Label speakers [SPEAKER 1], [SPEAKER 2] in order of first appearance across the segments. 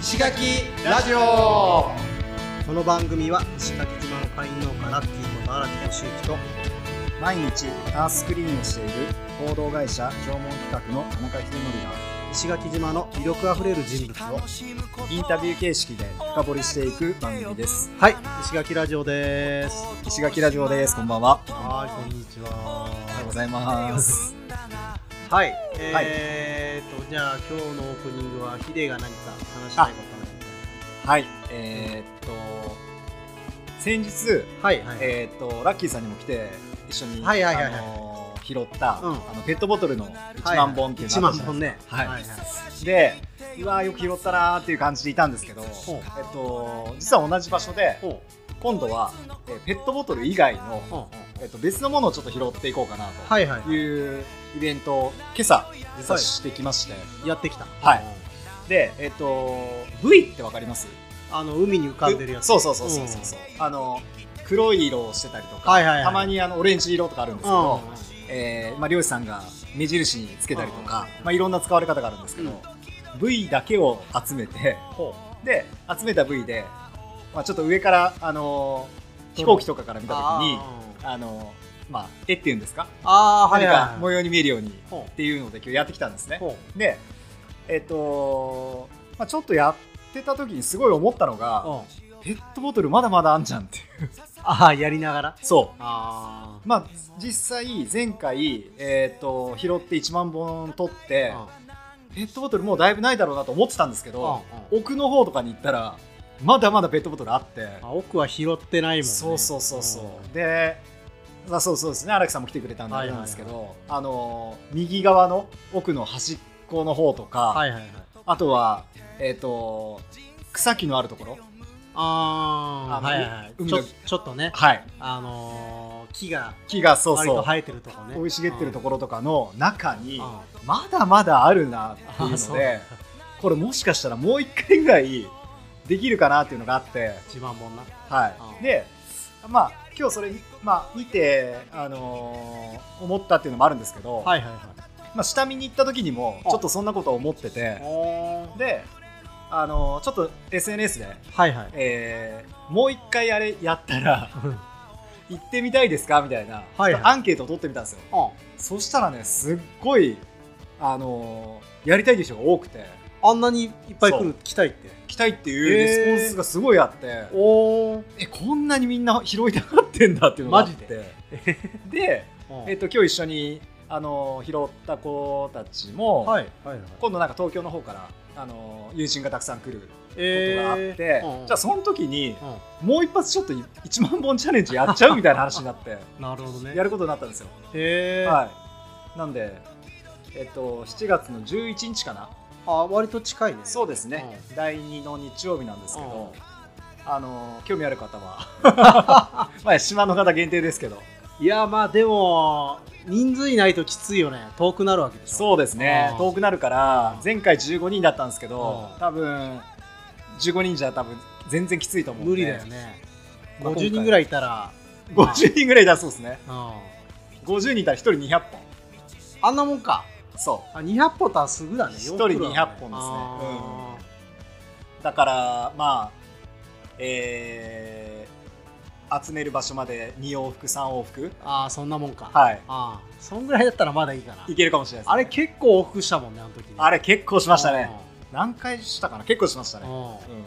[SPEAKER 1] 石垣ラジオ
[SPEAKER 2] この番組は石垣島の会員農家ラッキーこと荒木俊之と
[SPEAKER 3] 毎日アースクリーンをしている報道会社縄文企画の田中秀則
[SPEAKER 2] 石垣島の魅力あふれる人物を
[SPEAKER 3] がインタビュー形式で深掘りしていく番組です
[SPEAKER 2] はい石垣ラジオです
[SPEAKER 3] 石垣ラジオですこんばんはお
[SPEAKER 2] はいこんにち
[SPEAKER 3] はようご
[SPEAKER 2] は
[SPEAKER 3] ざいます
[SPEAKER 2] はいえーっとじゃあ今日のオープニングはヒデが何か話したいこと
[SPEAKER 3] はいえー、っと先日
[SPEAKER 2] あるはいはい
[SPEAKER 3] えー、っとラッキーさんにも来て一緒に、
[SPEAKER 2] はいはいはいはい
[SPEAKER 3] あのー拾った、
[SPEAKER 2] うん
[SPEAKER 3] あのペットボトルの1万本っていう
[SPEAKER 2] 1
[SPEAKER 3] のあっ
[SPEAKER 2] 万
[SPEAKER 3] たじゃないですか
[SPEAKER 2] 本ね
[SPEAKER 3] はい
[SPEAKER 2] はい
[SPEAKER 3] でうわーよく拾ったなーっていう感じでいたんですけど、えっ
[SPEAKER 2] ほう
[SPEAKER 3] と、実は同じ場所で
[SPEAKER 2] ほ
[SPEAKER 3] 今度は、えーペットボトル以外
[SPEAKER 2] うほう
[SPEAKER 3] の、
[SPEAKER 2] ほ
[SPEAKER 3] えっと、別のものをちょっと拾っていこうかな
[SPEAKER 2] うはいはい
[SPEAKER 3] というイベントを今朝実はしてきまして、
[SPEAKER 2] やってきた
[SPEAKER 3] はいで、えっと、V ってわかります
[SPEAKER 2] あの海に浮かんでるやつ
[SPEAKER 3] そうそうそうそうそうそう、あの黒い色をしてたりとか、
[SPEAKER 2] はいはいはい
[SPEAKER 3] たまにあのオレンジ色とかあるんですけ
[SPEAKER 2] うん
[SPEAKER 3] ど、えーまあ、漁師さんが目印につけたりとか、
[SPEAKER 2] うん
[SPEAKER 3] まあ、いろんな使われ方があるんですけど、V だけを集めて
[SPEAKER 2] ほ
[SPEAKER 3] で集めた V で、まあ、ちょっと上から、あのー飛行機とかから見た時に
[SPEAKER 2] あー
[SPEAKER 3] あ、のーまあ、絵っていうんですか、
[SPEAKER 2] あーはいはい
[SPEAKER 3] 何か模様に見えるようにっ
[SPEAKER 2] ほ
[SPEAKER 3] ていうので今日やってきたんです
[SPEAKER 2] う
[SPEAKER 3] ね。
[SPEAKER 2] ほ
[SPEAKER 3] で、えっとまあ、ちょっとやってた時にすごい思ったの
[SPEAKER 2] う
[SPEAKER 3] が
[SPEAKER 2] うん
[SPEAKER 3] ペットボトルまだまだあんじゃんっていう。
[SPEAKER 2] ああやりながら
[SPEAKER 3] そう
[SPEAKER 2] あ
[SPEAKER 3] まあ、実際前回、えー、と拾って1万本取って
[SPEAKER 2] あ
[SPEAKER 3] ペットボトルもうだいぶないだろうなと思ってたんですけど奥の方とかに行ったらまだまだペットボトルあって
[SPEAKER 2] 奥は拾ってないもんね
[SPEAKER 3] そうそうそうそうで、まあ、そうそうですね荒木さんも来てくれたんであ
[SPEAKER 2] はい
[SPEAKER 3] れ
[SPEAKER 2] は
[SPEAKER 3] な
[SPEAKER 2] いは
[SPEAKER 3] んで
[SPEAKER 2] い
[SPEAKER 3] すけどあの右側の奥の端っこの方とか、
[SPEAKER 2] はいはいはい
[SPEAKER 3] あとは、えー、と草木のあるところ
[SPEAKER 2] ああ
[SPEAKER 3] あの
[SPEAKER 2] はいはいはい
[SPEAKER 3] 海
[SPEAKER 2] ちょ
[SPEAKER 3] が
[SPEAKER 2] ちょっとね
[SPEAKER 3] はい
[SPEAKER 2] あのー木が
[SPEAKER 3] 木がそう
[SPEAKER 2] 割
[SPEAKER 3] そ
[SPEAKER 2] と
[SPEAKER 3] う
[SPEAKER 2] 生えてるとこね
[SPEAKER 3] 生い茂ってるところとかの中に
[SPEAKER 2] うんうん
[SPEAKER 3] まだまだあるなって
[SPEAKER 2] あ
[SPEAKER 3] い
[SPEAKER 2] ー
[SPEAKER 3] う
[SPEAKER 2] そ
[SPEAKER 3] の
[SPEAKER 2] う
[SPEAKER 3] で。これもしかしたらもう一回ぐらいできるかなっていうのがあって、
[SPEAKER 2] 一番もんな
[SPEAKER 3] は
[SPEAKER 2] う
[SPEAKER 3] い、
[SPEAKER 2] ん
[SPEAKER 3] でまあ今日それ、まあ、見て、あのー思ったっていうのもあるんですけど、
[SPEAKER 2] はいはいはい
[SPEAKER 3] まあ、下見に行った時にも
[SPEAKER 2] あ
[SPEAKER 3] ちょっとそんなことを思ってて
[SPEAKER 2] おで
[SPEAKER 3] で、あのーちょっと SNS で、
[SPEAKER 2] はいはい
[SPEAKER 3] えーもう一回あれやったら 行ってみたいですかみたいな、
[SPEAKER 2] はいはい
[SPEAKER 3] ちょっとアンケートを取ってみたんですよ
[SPEAKER 2] あ
[SPEAKER 3] そしたらねすっごい、あのーやりたいという人が多くて
[SPEAKER 2] あんなにいっぱい来
[SPEAKER 3] そ
[SPEAKER 2] る
[SPEAKER 3] う
[SPEAKER 2] 来たいって
[SPEAKER 3] 来たいっていうレスポンスがすごいあって、
[SPEAKER 2] おお
[SPEAKER 3] えこんなにみんな拾いたがってんだっていうのがあって
[SPEAKER 2] マジで
[SPEAKER 3] で、えっ
[SPEAKER 2] え
[SPEAKER 3] と、今日一緒にあの拾った子たちも、
[SPEAKER 2] はいはいはい
[SPEAKER 3] 今度なんか東京の方からあの友人がたくさん来ることがあって、
[SPEAKER 2] えーうん
[SPEAKER 3] じゃあその時に
[SPEAKER 2] うん
[SPEAKER 3] もう一発ちょっと1万本チャレンジやっちゃうみたいな話になって
[SPEAKER 2] なるほどね
[SPEAKER 3] やることになったんですよ。
[SPEAKER 2] へえ
[SPEAKER 3] はい、なんで、えっと、7月の11日かな
[SPEAKER 2] あ割と近いね
[SPEAKER 3] そうですね、第2の日曜日なんですけど、あの興味ある方は まあ島の方限定ですけど
[SPEAKER 2] いやまあでも人数いないときついよね遠くなるわけでしょ
[SPEAKER 3] そうですね
[SPEAKER 2] うん
[SPEAKER 3] 遠くなるから前回15人だったんですけど
[SPEAKER 2] うん
[SPEAKER 3] 多分15人じゃ多分全然きついと思うんで
[SPEAKER 2] 無理だよね
[SPEAKER 3] まあ
[SPEAKER 2] 50人ぐら
[SPEAKER 3] い
[SPEAKER 2] いいたら
[SPEAKER 3] 50人ぐらいだそうですね
[SPEAKER 2] あ
[SPEAKER 3] 50人いたら1人200本
[SPEAKER 2] あんなもんか
[SPEAKER 3] そ
[SPEAKER 2] あ200歩とはすぐだね
[SPEAKER 3] 一人200本ですねうだからまあえー集める場所まで2往復3往復
[SPEAKER 2] あーあーそんなもんかい
[SPEAKER 3] はい
[SPEAKER 2] ああそんぐらいだったらまだいいかない
[SPEAKER 3] けるかもしれないですね
[SPEAKER 2] あれ結構往復したもんねあの時ね
[SPEAKER 3] あ
[SPEAKER 2] れ
[SPEAKER 3] れ結構しましたね何回したかな結構しましたね、うん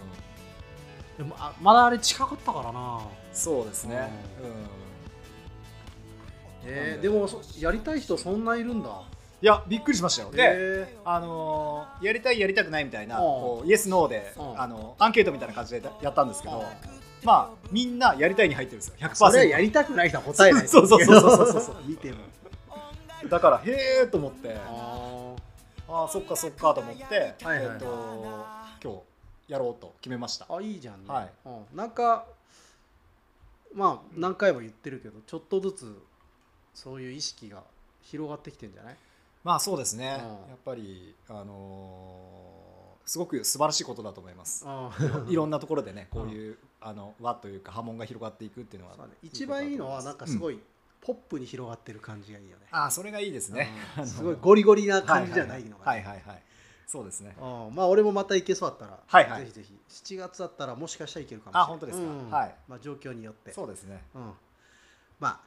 [SPEAKER 2] でもあまだあれ近かったからな
[SPEAKER 3] そうですね、
[SPEAKER 2] う
[SPEAKER 3] うん
[SPEAKER 2] えーでもそやりたい人そんないるんだ
[SPEAKER 3] いやびっくりしましたよで、
[SPEAKER 2] へえ
[SPEAKER 3] あのーやりたいやりたくないみたいな
[SPEAKER 2] うん
[SPEAKER 3] こうイエスノーで、
[SPEAKER 2] うん
[SPEAKER 3] あのアンケートみたいな感じでやったんですけど、
[SPEAKER 2] うん
[SPEAKER 3] まあみんなやりたいに入ってるんですよ100%
[SPEAKER 2] それはやりたくない人は答えな い
[SPEAKER 3] そうそうそうそうそうそう
[SPEAKER 2] 見ても
[SPEAKER 3] だからへえと思ってあ
[SPEAKER 2] あ
[SPEAKER 3] あーそっかそっかと思って、
[SPEAKER 2] はいはい
[SPEAKER 3] えっ、と今日やろうと決めました
[SPEAKER 2] あいいじゃんね、
[SPEAKER 3] はい
[SPEAKER 2] うん、なんかまあ何回も言ってるけどちょっとずつそういう意識が広がってきてんじゃない
[SPEAKER 3] まあそうですね、
[SPEAKER 2] うん
[SPEAKER 3] やっぱりあのーすごく素晴らしいことだと思います、
[SPEAKER 2] うん
[SPEAKER 3] いろんなところでねこういう、あの輪というか波紋が広がっていくっていうのは
[SPEAKER 2] そうだね一番いいのはなんかす
[SPEAKER 3] い
[SPEAKER 2] ごいポップに広がってる感じがいいよね
[SPEAKER 3] ああそれがいいですね、
[SPEAKER 2] うん
[SPEAKER 3] あの
[SPEAKER 2] すごいゴリゴリな感じじゃないのが、
[SPEAKER 3] はいはいはいはいはいはいそうですね。
[SPEAKER 2] うんまあ俺もまた行けそうだったら、
[SPEAKER 3] はいはい
[SPEAKER 2] ぜひぜひ7月だったらもしかしたら行けるかもしれない
[SPEAKER 3] あ本当ですか
[SPEAKER 2] うん
[SPEAKER 3] はい
[SPEAKER 2] まあ、状況によって
[SPEAKER 3] そうですね。
[SPEAKER 2] う、ん、まあ、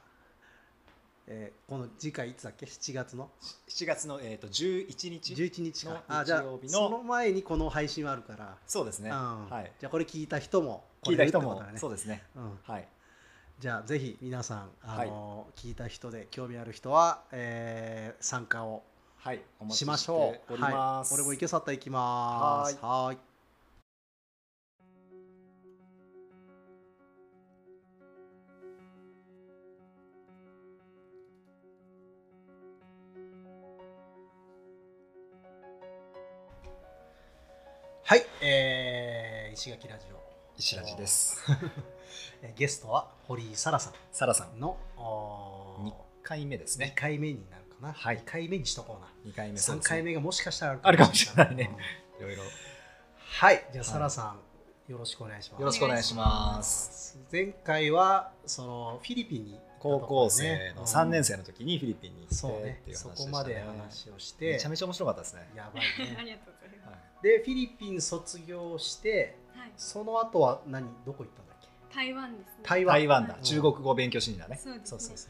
[SPEAKER 2] えーこの次回いつだっけ7月の
[SPEAKER 3] 7月のえっ、と11日。
[SPEAKER 2] 11日か
[SPEAKER 3] の
[SPEAKER 2] あじゃあ
[SPEAKER 3] 日曜日の
[SPEAKER 2] その前にこの配信はあるから、
[SPEAKER 3] そうですね。
[SPEAKER 2] うん
[SPEAKER 3] はい。
[SPEAKER 2] じゃあこれ聞いた人も
[SPEAKER 3] 聞いた人
[SPEAKER 2] こ
[SPEAKER 3] も
[SPEAKER 2] れ見るってことだね
[SPEAKER 3] そうですね。
[SPEAKER 2] うん
[SPEAKER 3] はい。
[SPEAKER 2] じゃあぜひ皆さん、あの聞いた人で興味ある人は、えー参加を
[SPEAKER 3] はい。お待ち
[SPEAKER 2] しましょ
[SPEAKER 3] て
[SPEAKER 2] う。
[SPEAKER 3] おります。
[SPEAKER 2] はい、俺も行けさったら行きます。
[SPEAKER 3] は
[SPEAKER 2] はーい。はい、えー、石垣ラジオ、
[SPEAKER 3] 石ラジです。
[SPEAKER 2] えーゲストは堀井沙羅さ
[SPEAKER 3] サラさん
[SPEAKER 2] んのおー
[SPEAKER 3] 二回目です
[SPEAKER 2] 二
[SPEAKER 3] ね。
[SPEAKER 2] 回目になるかな、
[SPEAKER 3] はい
[SPEAKER 2] 2回目にしとこうな
[SPEAKER 3] 二回目。そう
[SPEAKER 2] 3
[SPEAKER 3] ですね
[SPEAKER 2] 回目がもしかしたら
[SPEAKER 3] あるかもしれないねいろいろ
[SPEAKER 2] はいじゃ
[SPEAKER 3] はい
[SPEAKER 2] あサラさんよろしくお願いします
[SPEAKER 3] よろしくお願いします。
[SPEAKER 2] 前回はそのフィリピンに行ったとこ
[SPEAKER 3] 高
[SPEAKER 2] ろね
[SPEAKER 3] 校生
[SPEAKER 2] う
[SPEAKER 3] の
[SPEAKER 2] ん
[SPEAKER 3] 三年生の時にフィリピンに行って
[SPEAKER 2] そうね
[SPEAKER 3] っていう話でした
[SPEAKER 2] そ
[SPEAKER 3] ね。
[SPEAKER 2] こまで話をして
[SPEAKER 3] めちゃめちゃ面白かったですね。
[SPEAKER 2] やばい
[SPEAKER 4] あ
[SPEAKER 2] ね
[SPEAKER 4] りがとうございま
[SPEAKER 3] はい
[SPEAKER 2] でフィリピン卒業して
[SPEAKER 4] す。はい、
[SPEAKER 2] その後は何どこ行ったんだっけ
[SPEAKER 4] 台湾ですね。
[SPEAKER 2] 台湾
[SPEAKER 3] 台湾だ
[SPEAKER 2] う。ん
[SPEAKER 3] 中国語勉強しにだね。
[SPEAKER 4] そうですね
[SPEAKER 3] そうそうそう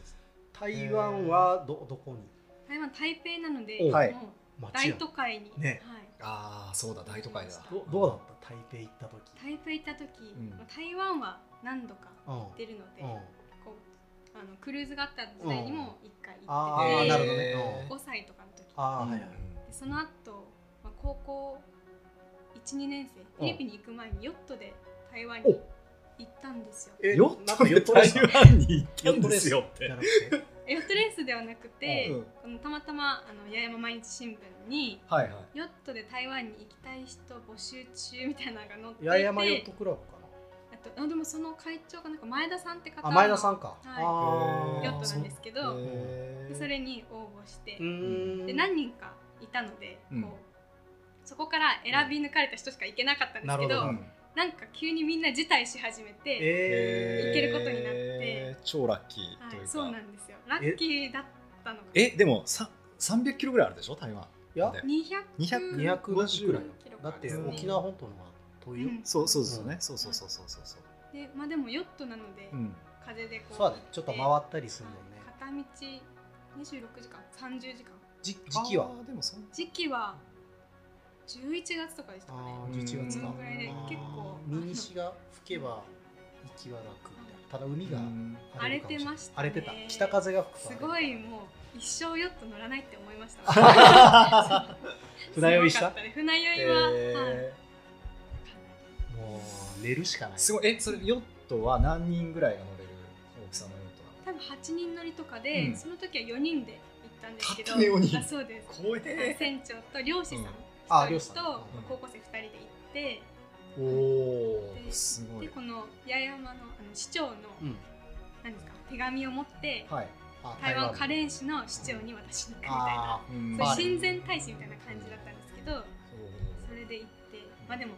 [SPEAKER 2] 台湾はどどこに
[SPEAKER 4] 台湾台北なので、
[SPEAKER 2] お
[SPEAKER 3] はい
[SPEAKER 4] もう
[SPEAKER 2] 町
[SPEAKER 4] 大
[SPEAKER 2] や
[SPEAKER 4] 都会に、
[SPEAKER 2] ね
[SPEAKER 4] はい、
[SPEAKER 3] ああ、そうだ、大都会だ。
[SPEAKER 2] どどうだった台北行った時
[SPEAKER 4] 台北行った時、
[SPEAKER 3] ん
[SPEAKER 4] まあ台湾は何度か
[SPEAKER 2] うん
[SPEAKER 4] 行ってるので、
[SPEAKER 2] うん
[SPEAKER 4] こうあのクルーズがあった時代にも一回
[SPEAKER 2] あ
[SPEAKER 4] 行って
[SPEAKER 2] あ
[SPEAKER 4] て、
[SPEAKER 2] なるほど
[SPEAKER 3] へ
[SPEAKER 2] ね
[SPEAKER 3] ー
[SPEAKER 2] うん
[SPEAKER 4] 5歳とかの時
[SPEAKER 2] ああ
[SPEAKER 3] うん
[SPEAKER 2] はいはい
[SPEAKER 4] でその後、まあ、高校12年生フィリピンに行く前にヨットで台湾に行ったんですよ。
[SPEAKER 2] え
[SPEAKER 3] ヨットで台
[SPEAKER 2] ヨッ
[SPEAKER 3] 湾に行った
[SPEAKER 2] トレース
[SPEAKER 3] んですよっ
[SPEAKER 2] じ
[SPEAKER 3] て
[SPEAKER 2] ゃ。なくて
[SPEAKER 4] ヨットレースではなくて、
[SPEAKER 3] うん
[SPEAKER 4] このたまたまあの八重山毎日新聞に
[SPEAKER 3] はいはい。
[SPEAKER 4] ヨットで台湾に行きたい人募集中みたいなのが載っていて
[SPEAKER 2] 八重山ヨットクラブか
[SPEAKER 4] あとあでもその会長がなんか前田さんって
[SPEAKER 2] な
[SPEAKER 4] 方
[SPEAKER 2] あ前田さんか
[SPEAKER 4] はい
[SPEAKER 2] あー
[SPEAKER 4] ヨットなんですけど
[SPEAKER 3] へー
[SPEAKER 4] それに応募して
[SPEAKER 2] うーん
[SPEAKER 4] で何人かいたので、
[SPEAKER 3] うん
[SPEAKER 4] こうそこから選び抜かれた人しか行けなかったんですけ
[SPEAKER 2] なる
[SPEAKER 4] ど、
[SPEAKER 2] ほ
[SPEAKER 4] な
[SPEAKER 2] ど
[SPEAKER 4] んか急にみんな辞退し始めて、
[SPEAKER 2] え
[SPEAKER 4] 行けることになって
[SPEAKER 3] 超ラッキー
[SPEAKER 4] は
[SPEAKER 3] という
[SPEAKER 4] い、
[SPEAKER 3] か
[SPEAKER 4] そうなんですよラッキーだったのか
[SPEAKER 3] えでもさ300キロぐらいあるでしょ台湾
[SPEAKER 2] ー、いや
[SPEAKER 3] で
[SPEAKER 4] 200
[SPEAKER 2] 250くらい
[SPEAKER 4] キロ
[SPEAKER 2] だ
[SPEAKER 4] か
[SPEAKER 2] って
[SPEAKER 4] ですね
[SPEAKER 2] 沖縄本島の方が遠いよ、
[SPEAKER 4] うん
[SPEAKER 3] そうそうですよね、
[SPEAKER 2] う
[SPEAKER 3] そうそうそうそうそうそう
[SPEAKER 4] でまあでもヨットなので、
[SPEAKER 3] うん
[SPEAKER 4] 風でこう
[SPEAKER 2] そうだねちょっと回
[SPEAKER 4] っ
[SPEAKER 2] ったりするもんね
[SPEAKER 4] 片道26時間30時間
[SPEAKER 2] じ時期は
[SPEAKER 3] あーでもそん
[SPEAKER 4] 時期は11月とかでしたかね
[SPEAKER 2] あー11月か、
[SPEAKER 4] うんこのぐらいで結構
[SPEAKER 2] あー身にしが吹けば行きは楽みたいなただ海が荒れるかもしれない
[SPEAKER 4] 荒れてました
[SPEAKER 2] 荒
[SPEAKER 4] ね
[SPEAKER 2] れてた北風が吹くと
[SPEAKER 4] す
[SPEAKER 2] 荒れてた
[SPEAKER 4] ごいもう一生ヨット乗らないって思いました
[SPEAKER 2] 船酔いした
[SPEAKER 4] すごかたね船酔いは、はい
[SPEAKER 3] え
[SPEAKER 2] もう寝るしかない
[SPEAKER 3] ー、すごいえそれヨットは何人ぐらいが乗れる大きさのヨットなの
[SPEAKER 4] 多分8人乗りとかで、
[SPEAKER 3] うん
[SPEAKER 4] その時は4人で行ったんですけど
[SPEAKER 3] 勝手に四人
[SPEAKER 4] あそうです、
[SPEAKER 3] 怖え
[SPEAKER 4] 船長と漁師
[SPEAKER 3] うん
[SPEAKER 4] さ
[SPEAKER 2] あ
[SPEAKER 4] ん
[SPEAKER 2] 漁
[SPEAKER 4] 一
[SPEAKER 2] 師さ
[SPEAKER 4] 人
[SPEAKER 2] ん
[SPEAKER 4] と
[SPEAKER 2] うん
[SPEAKER 4] 高校生2人で行って、
[SPEAKER 3] おお
[SPEAKER 4] です
[SPEAKER 3] ご
[SPEAKER 4] で
[SPEAKER 3] い
[SPEAKER 4] この八重山のあの市長の
[SPEAKER 2] うん
[SPEAKER 4] 何ですか手紙を持って
[SPEAKER 3] はい
[SPEAKER 2] あ
[SPEAKER 4] 台湾カ
[SPEAKER 2] ー
[SPEAKER 4] レン市の市長に私に行くみたいな
[SPEAKER 2] あ
[SPEAKER 3] うん
[SPEAKER 4] そう
[SPEAKER 2] まあ
[SPEAKER 4] 親善大使みたいな感じだったんですけど
[SPEAKER 3] そう
[SPEAKER 4] それで行ってまあでも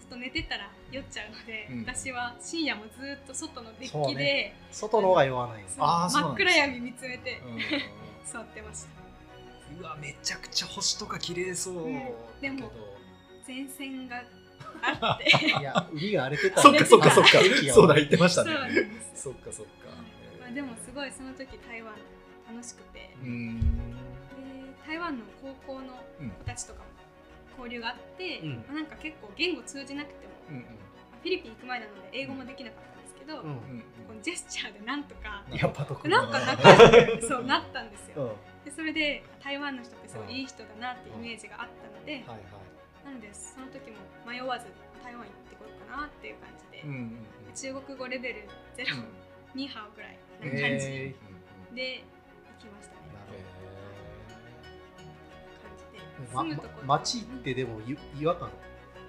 [SPEAKER 4] ずっと寝てたら酔っちゃうので、
[SPEAKER 3] うん
[SPEAKER 4] 私は深夜もずっと外のデ
[SPEAKER 2] そ
[SPEAKER 4] ッ
[SPEAKER 2] う
[SPEAKER 4] キで、
[SPEAKER 2] ねー外の方が酔わないよね
[SPEAKER 4] そう
[SPEAKER 3] あーそうな
[SPEAKER 4] 真
[SPEAKER 3] ん
[SPEAKER 4] っ
[SPEAKER 3] です
[SPEAKER 4] 暗闇見つめて
[SPEAKER 3] う
[SPEAKER 4] 座ってました
[SPEAKER 3] んうわめちゃくちゃ星とか綺麗そう、
[SPEAKER 4] うんでも
[SPEAKER 3] だけど
[SPEAKER 4] 前線があって
[SPEAKER 2] いや海が荒れてた
[SPEAKER 3] そっかそっかそっか
[SPEAKER 2] 天気が
[SPEAKER 3] そうだ言ってまし
[SPEAKER 4] そ
[SPEAKER 3] た
[SPEAKER 4] う
[SPEAKER 3] ね
[SPEAKER 4] なんです
[SPEAKER 3] そ
[SPEAKER 4] よ、
[SPEAKER 3] っかそっか
[SPEAKER 4] はいまあ、でもすごいその時台湾楽しくて
[SPEAKER 3] うーん
[SPEAKER 4] で台湾の高校の子たちとかも交流があって、
[SPEAKER 2] うん
[SPEAKER 4] まあ、なんか結構言語通じなくても、
[SPEAKER 3] うんうん
[SPEAKER 4] フィリピン行く前なので英語もできなかったんですけど、
[SPEAKER 2] うん
[SPEAKER 3] うん
[SPEAKER 4] このジェスチャーでなんとか
[SPEAKER 3] うん
[SPEAKER 2] やっぱ得意
[SPEAKER 4] なんか仲良くそうなったんですよ、でそれで台湾の人ってすごいいい人だなってイメージがあったので、
[SPEAKER 3] はいはい
[SPEAKER 4] なのでその時も迷わず台湾行ってこようかなっていう感じで、
[SPEAKER 3] うんうんうん
[SPEAKER 4] 中国語レベルゼロ、2波ぐらい
[SPEAKER 3] うん
[SPEAKER 4] な感じ
[SPEAKER 2] へ
[SPEAKER 3] え
[SPEAKER 4] で行きましたね
[SPEAKER 2] なる
[SPEAKER 4] 感
[SPEAKER 2] ま、
[SPEAKER 4] じで住む
[SPEAKER 2] ま
[SPEAKER 4] とこ
[SPEAKER 2] 街行ってでもゆ違和感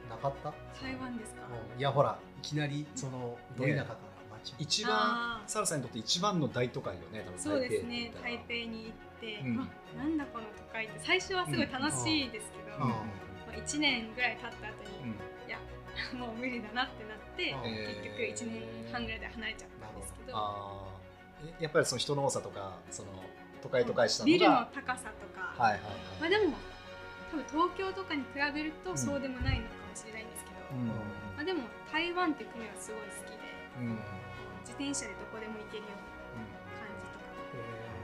[SPEAKER 2] なかった
[SPEAKER 4] 台湾ですか
[SPEAKER 2] うんいやほらいきなりそのど田舎から街行っ
[SPEAKER 3] 一番
[SPEAKER 4] あー
[SPEAKER 3] サラさんにとって一番の大都会よね多分
[SPEAKER 4] そうですね
[SPEAKER 3] 台
[SPEAKER 4] 台
[SPEAKER 3] 北
[SPEAKER 4] 北
[SPEAKER 3] って
[SPEAKER 4] に行って、
[SPEAKER 3] うん
[SPEAKER 4] まあなんだこの都会って最初はすごい楽しいですけど、
[SPEAKER 2] うん
[SPEAKER 4] まあ、1年ぐらい経った後
[SPEAKER 3] うん
[SPEAKER 4] に、もう無理だなってなって、
[SPEAKER 2] うん
[SPEAKER 4] 結局1年半ぐらいで離れちゃったんですけど
[SPEAKER 3] あーえやっぱりその人の多さとかその都会都会したのが
[SPEAKER 4] ビルの高さとか、
[SPEAKER 3] はいはいは
[SPEAKER 4] まあ
[SPEAKER 3] い
[SPEAKER 4] でも多分東京とかに比べると
[SPEAKER 3] ん
[SPEAKER 4] そうでもないのかもしれないんですけど、
[SPEAKER 3] うん
[SPEAKER 4] まあ、でも台湾って国はすごい好きで
[SPEAKER 3] うんうん
[SPEAKER 4] 自転車でどこでも行けるような感じとか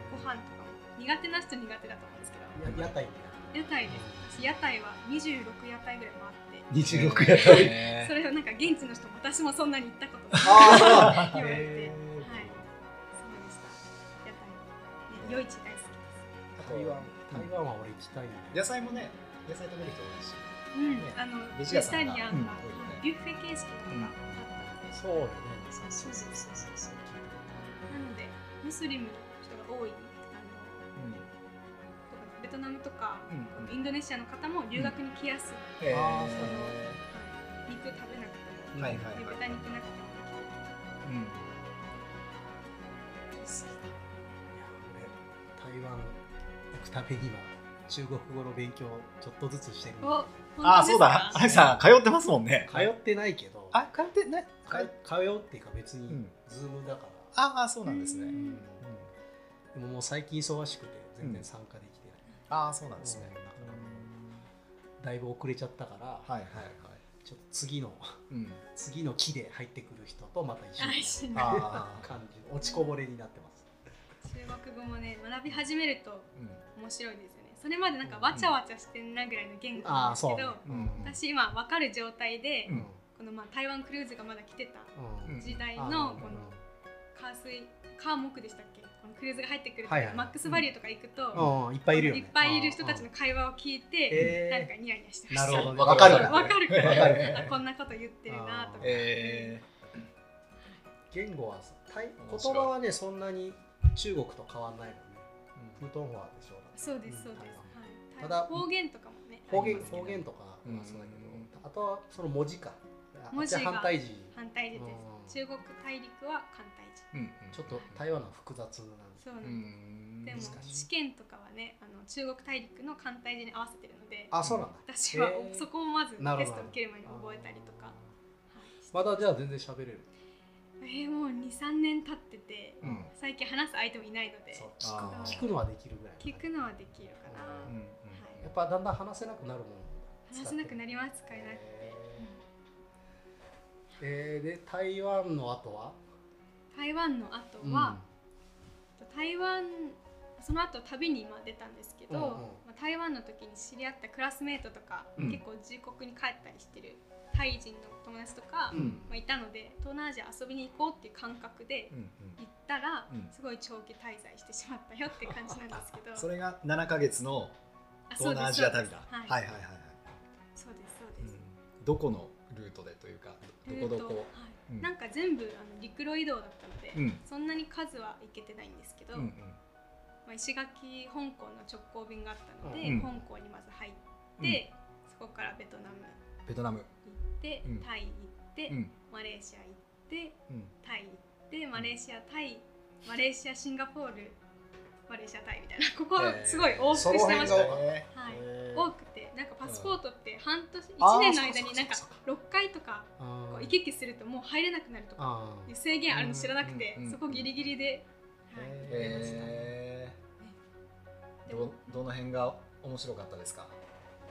[SPEAKER 4] ご飯とかも苦手な人苦手だと思うんですけど
[SPEAKER 2] や屋台で
[SPEAKER 4] 屋台です私屋台は26屋台ぐらい回って
[SPEAKER 3] 26やったね
[SPEAKER 4] それをなんか現地の人も私もそんなに行ったことない
[SPEAKER 2] あ
[SPEAKER 4] 言われて、はい
[SPEAKER 2] へ、
[SPEAKER 4] そうでした。屋台、ね、夜市大好き
[SPEAKER 2] 台
[SPEAKER 4] で
[SPEAKER 2] 湾台湾は俺行きたいね
[SPEAKER 1] 野菜もね、野菜食べる人多いし。
[SPEAKER 4] す。うん、あの、
[SPEAKER 1] ベ
[SPEAKER 4] ベ
[SPEAKER 1] ジ屋
[SPEAKER 4] ジ
[SPEAKER 1] さん
[SPEAKER 4] タ
[SPEAKER 1] が
[SPEAKER 4] リアン
[SPEAKER 1] う
[SPEAKER 4] が、
[SPEAKER 1] ん多いよね
[SPEAKER 4] ビュッフェ形式とかがあったので、
[SPEAKER 2] そうよね
[SPEAKER 4] そうそうそうそうそう。なので、ムスリムの人が多い、あの、ベトナムとか、
[SPEAKER 3] うんうん
[SPEAKER 4] インドネシアの方も留学に来やすい。
[SPEAKER 3] え
[SPEAKER 2] あー
[SPEAKER 3] ー
[SPEAKER 2] そう
[SPEAKER 4] はい肉食べなくて
[SPEAKER 3] はいはい
[SPEAKER 4] も、で豚肉なくて
[SPEAKER 3] う
[SPEAKER 4] もできる。
[SPEAKER 3] ん
[SPEAKER 2] いや俺台湾行くためには中国語の勉強をちょっとずつしてるんで
[SPEAKER 4] お、
[SPEAKER 3] ああ
[SPEAKER 4] 本当ですか
[SPEAKER 3] そうだ荒木さん通ってますもんね
[SPEAKER 2] 通ってないけど
[SPEAKER 3] あ通ってない
[SPEAKER 2] か通うっていうか別
[SPEAKER 3] う
[SPEAKER 2] に
[SPEAKER 3] ん
[SPEAKER 2] ズームだから、
[SPEAKER 3] ああそうなんですね
[SPEAKER 4] う
[SPEAKER 3] うんん
[SPEAKER 2] でももう最近忙しくて全然参加できてない、
[SPEAKER 3] ああそうなんですね
[SPEAKER 2] だいぶ遅れちゃったから、
[SPEAKER 3] はいはい
[SPEAKER 2] ちょっと次の
[SPEAKER 3] う ん
[SPEAKER 2] 次の木で入ってくる人とまた一緒
[SPEAKER 4] あ
[SPEAKER 2] に
[SPEAKER 4] 一緒に
[SPEAKER 3] ああ
[SPEAKER 2] 感じ落ちこぼれになってます
[SPEAKER 4] 中国語もね、学び始めると、
[SPEAKER 3] う
[SPEAKER 4] 面白いですよねそれまでなんかわちゃわちゃしてんなぐらいの言語なんですけど、
[SPEAKER 2] あー
[SPEAKER 3] んうん
[SPEAKER 4] 私今わかる状態で、
[SPEAKER 3] うん
[SPEAKER 4] このまあ台湾クルーズがまだ来てた
[SPEAKER 2] うん
[SPEAKER 4] 時代
[SPEAKER 2] あ
[SPEAKER 4] の
[SPEAKER 2] う
[SPEAKER 4] こ
[SPEAKER 2] ん
[SPEAKER 4] の火水火木でしたっけこのクルーズが入ってくると、
[SPEAKER 2] はいはい
[SPEAKER 4] マックスバリューとか行くと、
[SPEAKER 2] うんいっぱいいるよ、ね、
[SPEAKER 4] いっぱいいる人たちの会話を聞いて、
[SPEAKER 2] へー
[SPEAKER 4] なんかニヤニヤしてま
[SPEAKER 2] な
[SPEAKER 4] し
[SPEAKER 2] る
[SPEAKER 4] た
[SPEAKER 2] ほどね
[SPEAKER 3] わかる
[SPEAKER 4] わかるか
[SPEAKER 3] わ
[SPEAKER 2] か
[SPEAKER 3] る
[SPEAKER 4] あこんなこと言ってるなとか、
[SPEAKER 3] え
[SPEAKER 2] 言語はさ対
[SPEAKER 3] 面白
[SPEAKER 2] 言
[SPEAKER 3] い
[SPEAKER 2] 葉はねそんなに中国と変わんないもんね
[SPEAKER 3] ー
[SPEAKER 2] プトンフォアでしょ
[SPEAKER 4] そうですそうです、
[SPEAKER 2] ただ
[SPEAKER 4] はい、方言とかもね
[SPEAKER 2] 方言
[SPEAKER 4] ありますけど
[SPEAKER 2] 方言とかは
[SPEAKER 3] うん
[SPEAKER 2] そうだけど、あとはその文字か
[SPEAKER 4] 文字が
[SPEAKER 2] あっちは反対字
[SPEAKER 4] 反対字で
[SPEAKER 2] うん
[SPEAKER 4] す中国大陸は反対字
[SPEAKER 3] うんうん
[SPEAKER 2] ちょっと台湾のは複雑なんです
[SPEAKER 4] そうな
[SPEAKER 3] う
[SPEAKER 4] んです
[SPEAKER 3] ん
[SPEAKER 4] でも
[SPEAKER 2] 難しい
[SPEAKER 4] 試験とかはねあの中国大陸の簡体字に合わせてるので
[SPEAKER 2] あそうなんだ
[SPEAKER 4] 私は
[SPEAKER 2] へー
[SPEAKER 4] そこをまず
[SPEAKER 2] なる
[SPEAKER 4] テ
[SPEAKER 2] ほ
[SPEAKER 4] ス
[SPEAKER 2] ど
[SPEAKER 4] ト受ける前に覚えたりとか、はい
[SPEAKER 2] まだじゃあ全然喋れる
[SPEAKER 4] えーもう23年経ってて
[SPEAKER 3] うんうん
[SPEAKER 4] 最近話す相手もいないので
[SPEAKER 2] そう
[SPEAKER 3] あー
[SPEAKER 2] 聞く聞くのはできるぐらい
[SPEAKER 4] 聞くのはできるかな、
[SPEAKER 2] う
[SPEAKER 3] うんうん
[SPEAKER 2] やっぱだんだん話せなくなるもん
[SPEAKER 4] 話せなくなります使えなくて、
[SPEAKER 2] えー、で台湾の後は
[SPEAKER 4] 台湾の後は、台湾その後旅に今出たんですけど、
[SPEAKER 2] うんうん
[SPEAKER 4] まあ、台湾の時に知り合ったクラスメートとか、
[SPEAKER 3] うん
[SPEAKER 4] 結構自国に帰ったりしてるタイ人の友達とか、
[SPEAKER 3] うん
[SPEAKER 4] まあ、いたので東南アジア遊びに行こうっていう感覚で
[SPEAKER 3] うん
[SPEAKER 4] 行ったら、
[SPEAKER 3] うん
[SPEAKER 4] すごい長期滞在してしまったよって感じなんですけど
[SPEAKER 3] それが7ヶ月の
[SPEAKER 4] あ
[SPEAKER 3] 東南アジア旅だ
[SPEAKER 4] はい、
[SPEAKER 3] はいはいはいはい
[SPEAKER 4] そうですそうです、
[SPEAKER 3] どこのルートでというかど
[SPEAKER 4] ル
[SPEAKER 3] こ
[SPEAKER 4] ート
[SPEAKER 3] どこ
[SPEAKER 4] はい
[SPEAKER 3] うん
[SPEAKER 4] なんか全部あの陸路移動だったので、
[SPEAKER 3] うん
[SPEAKER 4] そんなに数は行けてないんですけど、
[SPEAKER 3] うん
[SPEAKER 4] まあ、石垣香港の直行便があったので、
[SPEAKER 3] うん
[SPEAKER 4] 香港にまず入って、そこからベトナム行
[SPEAKER 3] ベトナム
[SPEAKER 4] って、
[SPEAKER 3] うん
[SPEAKER 4] タイ行って、
[SPEAKER 3] うん
[SPEAKER 4] マレーシア行って
[SPEAKER 3] うん
[SPEAKER 4] タイ行ってマレーシアタイマレーシアシンガポールマレーシアタイみたいな ここ
[SPEAKER 3] えー
[SPEAKER 4] すごい往復してました、
[SPEAKER 2] その辺が
[SPEAKER 3] え
[SPEAKER 4] はい
[SPEAKER 2] えー
[SPEAKER 4] 多くてなんかパスポートって半年
[SPEAKER 2] あー
[SPEAKER 4] 1年の間になんか
[SPEAKER 2] そうか
[SPEAKER 4] 6回とか
[SPEAKER 2] あ
[SPEAKER 4] こう
[SPEAKER 2] ー
[SPEAKER 4] 行き来するともう入れなくなるとか
[SPEAKER 2] あ
[SPEAKER 4] いう制限あるの知らなくて、
[SPEAKER 3] うんうんうん
[SPEAKER 4] そこギリギリで、はい
[SPEAKER 2] へ
[SPEAKER 3] ー
[SPEAKER 2] ー
[SPEAKER 4] 行ってました
[SPEAKER 3] えー
[SPEAKER 4] で
[SPEAKER 3] ど
[SPEAKER 4] も
[SPEAKER 3] どの辺が面白かったですか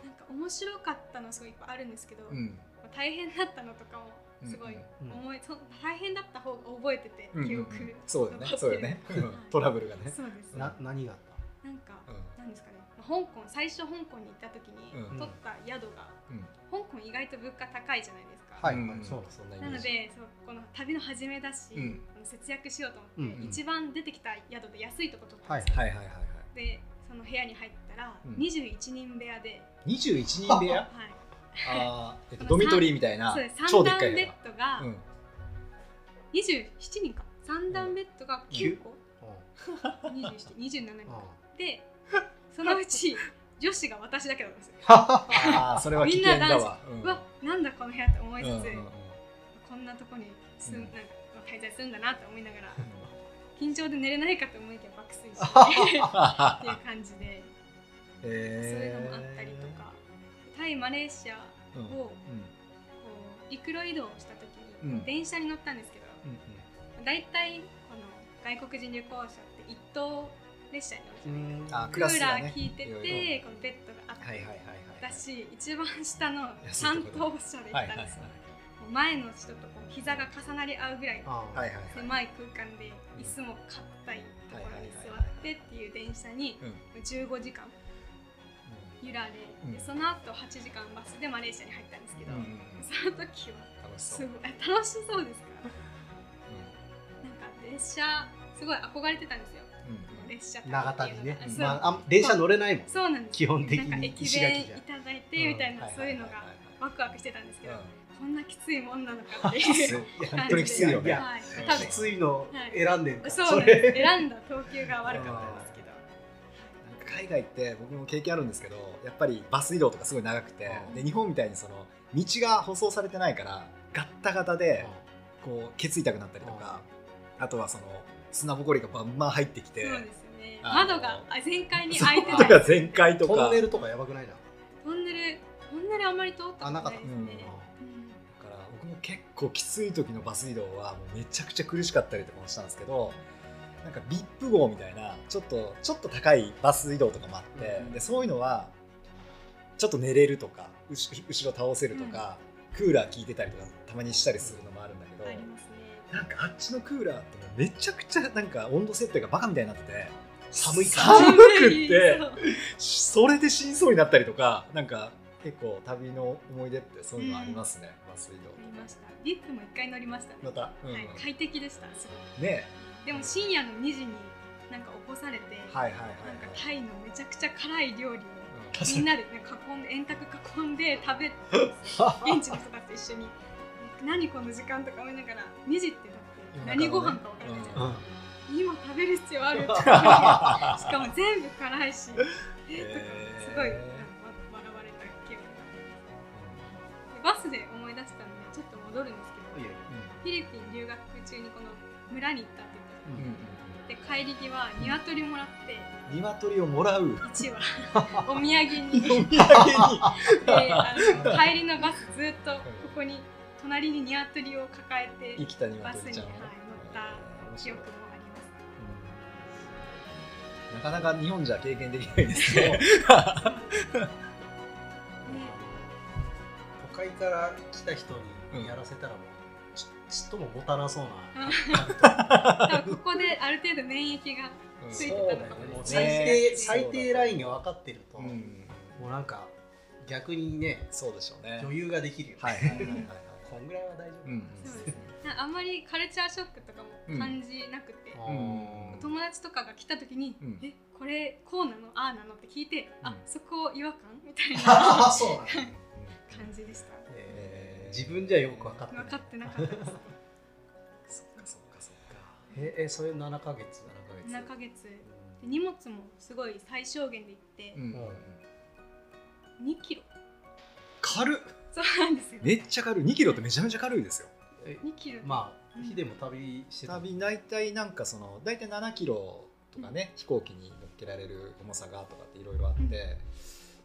[SPEAKER 4] なんか面白かったのすごいいっぱいあるんですけど、
[SPEAKER 3] うん
[SPEAKER 4] まあ大変だったのとかもすごい
[SPEAKER 3] うん
[SPEAKER 2] うん
[SPEAKER 4] 思い、そ大変だった方が覚えてて、
[SPEAKER 3] うん
[SPEAKER 4] 記憶
[SPEAKER 3] うんうんそうだよね
[SPEAKER 4] 残ってる
[SPEAKER 3] そうだよねうん
[SPEAKER 4] はい
[SPEAKER 3] トラブルがね
[SPEAKER 4] そうです、
[SPEAKER 2] な何があっ
[SPEAKER 4] なんか、
[SPEAKER 3] うん
[SPEAKER 4] なんですかね、まあ香港最初香港に行った時に、
[SPEAKER 3] うん
[SPEAKER 4] 取った宿が
[SPEAKER 3] うん
[SPEAKER 4] 香港意外と物価高いじゃないですか、
[SPEAKER 2] たはい、
[SPEAKER 3] うん
[SPEAKER 2] はい、そう
[SPEAKER 3] そんなイメ
[SPEAKER 4] な
[SPEAKER 3] ー
[SPEAKER 4] の
[SPEAKER 3] ジ
[SPEAKER 4] でそうこの旅の初めだし、
[SPEAKER 3] うん
[SPEAKER 4] あの節約しようと
[SPEAKER 2] うん
[SPEAKER 4] 思って、
[SPEAKER 2] うん
[SPEAKER 4] 一番出てきた宿で安いとこ取ったんですよ、
[SPEAKER 3] はいはいはいはい
[SPEAKER 4] でその部屋に入ったら、
[SPEAKER 3] うん
[SPEAKER 4] 21人部屋で、
[SPEAKER 3] 21人部屋
[SPEAKER 4] はい、
[SPEAKER 3] あーえっとドミトリーみたいな
[SPEAKER 4] そうです
[SPEAKER 3] 超
[SPEAKER 4] 三
[SPEAKER 3] でっ
[SPEAKER 4] 段
[SPEAKER 3] か
[SPEAKER 4] ベ
[SPEAKER 3] い部
[SPEAKER 4] ッ
[SPEAKER 3] 屋
[SPEAKER 4] ドが、
[SPEAKER 3] うん
[SPEAKER 4] 27人か三段ベッドが9個、
[SPEAKER 2] う
[SPEAKER 4] 27 27人
[SPEAKER 2] ん
[SPEAKER 4] かでそのうち女子が私だけだったんですよ、
[SPEAKER 3] あーそれは危険だわうん
[SPEAKER 4] うわなんだこの部屋って思いつつ、
[SPEAKER 3] うんうんうん
[SPEAKER 4] こんなとこに住
[SPEAKER 3] うんん
[SPEAKER 4] なんか滞在するんだなと思いなが ら緊張で寝れないかと思いきや爆睡 してっていう感じでそういうのもあったりとかタイマレーシア
[SPEAKER 3] う
[SPEAKER 4] を
[SPEAKER 3] ん
[SPEAKER 4] こ
[SPEAKER 3] うん
[SPEAKER 4] う陸路移動した時に、
[SPEAKER 3] うん
[SPEAKER 4] 電車に乗ったんですけど
[SPEAKER 3] うんうん
[SPEAKER 4] 大体この外国人旅行者って一等列車に乗るじゃないですか
[SPEAKER 2] うん
[SPEAKER 3] あ
[SPEAKER 4] ク
[SPEAKER 3] クラス
[SPEAKER 4] ー
[SPEAKER 3] が
[SPEAKER 4] ラ
[SPEAKER 3] ね
[SPEAKER 4] ー効いてて、
[SPEAKER 3] いろいろ
[SPEAKER 4] このベッドがあって、
[SPEAKER 3] はいはいはいはい
[SPEAKER 4] 私一番下の担当者で行ったんですよもう前の人とこう膝が重なり合うぐらい
[SPEAKER 2] あ
[SPEAKER 3] はいはいはい
[SPEAKER 4] 狭い空間で
[SPEAKER 3] うん
[SPEAKER 4] 椅子も硬いところに座
[SPEAKER 3] はいはいはいはい
[SPEAKER 4] ってっていう電車に
[SPEAKER 3] うん
[SPEAKER 4] 15時間揺られ、
[SPEAKER 3] うん
[SPEAKER 4] でその後8時間バスでマレーシアに入ったんですけど、
[SPEAKER 3] うん
[SPEAKER 4] その時は
[SPEAKER 3] 楽し
[SPEAKER 4] す
[SPEAKER 3] そ
[SPEAKER 4] ご
[SPEAKER 3] う
[SPEAKER 4] いえ楽しそうですかなんか列車すごい憧れてたんですよ
[SPEAKER 3] うんうん
[SPEAKER 4] 列車旅っていうのが
[SPEAKER 2] 長旅ね
[SPEAKER 4] あ、そう,、
[SPEAKER 2] まあ、あん電車乗れないもん
[SPEAKER 4] そうなんです
[SPEAKER 2] 基本的
[SPEAKER 4] なんか
[SPEAKER 2] に
[SPEAKER 4] 駅
[SPEAKER 2] 石垣
[SPEAKER 4] 弁い
[SPEAKER 2] じゃ
[SPEAKER 4] ただいてみたいな、
[SPEAKER 3] はい
[SPEAKER 4] そう
[SPEAKER 3] はいいうはい
[SPEAKER 4] のが
[SPEAKER 3] は
[SPEAKER 4] ワクワクしてたんですけど、
[SPEAKER 3] い
[SPEAKER 4] こんなきついもんなのかっていう
[SPEAKER 3] うんいや
[SPEAKER 4] 感
[SPEAKER 3] 本
[SPEAKER 4] じ
[SPEAKER 3] 当
[SPEAKER 4] で
[SPEAKER 3] にきついよ
[SPEAKER 2] い
[SPEAKER 3] ね
[SPEAKER 2] や
[SPEAKER 4] はい、
[SPEAKER 3] うん
[SPEAKER 4] 多分
[SPEAKER 2] きついの選んでるから
[SPEAKER 4] そうなんです選んだ投球が悪かったんですけど
[SPEAKER 3] なんか海外って僕も経験あるんですけどやっぱりバス移動とかすごい長くて
[SPEAKER 2] うん
[SPEAKER 3] で日本みたいにその道が舗装されてないからガッタガタで
[SPEAKER 2] うん
[SPEAKER 3] こうケツ痛くなったりとかあとはその砂ぼこりがバンバン入ってきて
[SPEAKER 4] そうですね
[SPEAKER 3] あの
[SPEAKER 4] 窓があ全開に
[SPEAKER 3] そう
[SPEAKER 4] 開いて
[SPEAKER 3] 窓
[SPEAKER 4] た
[SPEAKER 3] が全開と
[SPEAKER 2] ト
[SPEAKER 3] か
[SPEAKER 2] ンネルとかやばくないな
[SPEAKER 4] トンネルトンネルあんまり通ったことないで
[SPEAKER 3] あなか
[SPEAKER 4] す
[SPEAKER 3] っ
[SPEAKER 4] ね
[SPEAKER 3] た
[SPEAKER 4] うん
[SPEAKER 3] だから僕も結構きつい時のバス移動はもうめちゃくちゃ苦しかったりとかもしたんですけどなんか VIP 号みたいなちょっとちょっと高いバス移動とかもあって、
[SPEAKER 2] うん
[SPEAKER 3] でそういうのはちょっと寝れるとかうし後ろ倒せるとか、クーラー効いてたりとかたまにしたりするのもあるんだけど、
[SPEAKER 4] ありますね
[SPEAKER 3] なんかあっちのクーラーってもうめちゃくちゃなんか温度設定がバカみたいになってて
[SPEAKER 2] 寒い
[SPEAKER 3] 感じ
[SPEAKER 2] か
[SPEAKER 3] 寒くって
[SPEAKER 4] そ
[SPEAKER 3] そ
[SPEAKER 4] う
[SPEAKER 3] れで死にそうになったりとかなんか結構旅の思い出ってそういうのありますね、バス移
[SPEAKER 4] 乗
[SPEAKER 3] 動。
[SPEAKER 4] りました。ビップも一回乗りましたね。
[SPEAKER 3] また、うん
[SPEAKER 4] はい、快適でした。すごい
[SPEAKER 3] ね
[SPEAKER 4] でも深夜の2時になんか起こされて、
[SPEAKER 3] はいはいはい
[SPEAKER 4] なんか
[SPEAKER 3] はい
[SPEAKER 4] タイのめちゃくちゃ辛い料理
[SPEAKER 3] う
[SPEAKER 4] を
[SPEAKER 3] ん
[SPEAKER 4] みん なで、ね、囲んで円卓囲んで食べて現地の人たちと一緒に何この時間とか思いながら2時ってだって何ご飯か分からないじゃ
[SPEAKER 3] う
[SPEAKER 2] うんん
[SPEAKER 4] ん、
[SPEAKER 2] うん
[SPEAKER 4] 今食べる必要あるしかも全部辛いし、えー、とかすごい
[SPEAKER 3] へー
[SPEAKER 4] なんか笑われた記憶がありますでバスで思い出したんでちょっと戻るんですけ
[SPEAKER 2] いや
[SPEAKER 4] ど、
[SPEAKER 2] いや
[SPEAKER 4] フィリピン留学中にこの村に行ったって
[SPEAKER 3] う
[SPEAKER 4] 言
[SPEAKER 3] んうんうん
[SPEAKER 4] ってたで帰り際鶏もらって
[SPEAKER 3] 鶏をもらう
[SPEAKER 4] 1羽 お土産にであの帰りのバスずっとここに隣に鶏を抱 え
[SPEAKER 3] 生
[SPEAKER 4] て
[SPEAKER 3] きた鶏ちゃんを
[SPEAKER 4] バスにはい乗
[SPEAKER 3] 面
[SPEAKER 4] 記
[SPEAKER 3] 白い
[SPEAKER 4] 憶もあります
[SPEAKER 3] うんなかなか日本じゃ経験できないです ね
[SPEAKER 2] 都会から来た人にやらせたらもうちちっとももたなそうな
[SPEAKER 4] 多分ここである程度免疫が
[SPEAKER 3] うん
[SPEAKER 4] ついて
[SPEAKER 2] そう
[SPEAKER 4] た
[SPEAKER 2] だ
[SPEAKER 4] の
[SPEAKER 2] よ
[SPEAKER 4] か
[SPEAKER 2] ね
[SPEAKER 4] も
[SPEAKER 2] もう
[SPEAKER 4] しれ
[SPEAKER 2] 最
[SPEAKER 4] ない
[SPEAKER 3] ねだね
[SPEAKER 2] 低最
[SPEAKER 4] そう
[SPEAKER 2] 低ラインが分かってると、
[SPEAKER 3] う
[SPEAKER 2] も
[SPEAKER 3] ん
[SPEAKER 2] うなんか逆にね
[SPEAKER 3] そうでしょうね
[SPEAKER 2] 余裕ができるよ、
[SPEAKER 3] はいはいはいはいはい
[SPEAKER 2] こんぐらいは大丈夫、
[SPEAKER 3] うんうん
[SPEAKER 4] そうですなあんまりカルチャーショックとかも感じなくて、
[SPEAKER 3] うん
[SPEAKER 4] 友達とかが来た時に「
[SPEAKER 3] うん
[SPEAKER 4] えこれこうなのああなの?」って聞いて「
[SPEAKER 3] う
[SPEAKER 4] あ
[SPEAKER 3] ん
[SPEAKER 4] そこ違和感?」みたい な
[SPEAKER 2] ああそうなんだ、
[SPEAKER 4] 感じでした
[SPEAKER 2] えー自分じゃよく分かってない
[SPEAKER 4] 分かってなかっ たです
[SPEAKER 3] そっかそっかそっか
[SPEAKER 2] ええそれ7ヶ月7ヶ
[SPEAKER 4] 7
[SPEAKER 2] 月
[SPEAKER 4] ヶ月で
[SPEAKER 2] う
[SPEAKER 4] 荷物もすごい最小限で行って
[SPEAKER 3] うん
[SPEAKER 2] うん
[SPEAKER 4] 2キロ
[SPEAKER 3] 軽っ
[SPEAKER 4] そうなんですよ
[SPEAKER 3] めっちゃ軽い2キロってめちゃめちゃ軽いですよ
[SPEAKER 2] え
[SPEAKER 4] 2キロ
[SPEAKER 2] ま
[SPEAKER 4] う
[SPEAKER 2] あ
[SPEAKER 4] ん
[SPEAKER 2] ヒデも旅してた
[SPEAKER 3] 旅大体なんかその大体7キロとかね、飛行機に乗っけられる重さがとかっていろいろあって、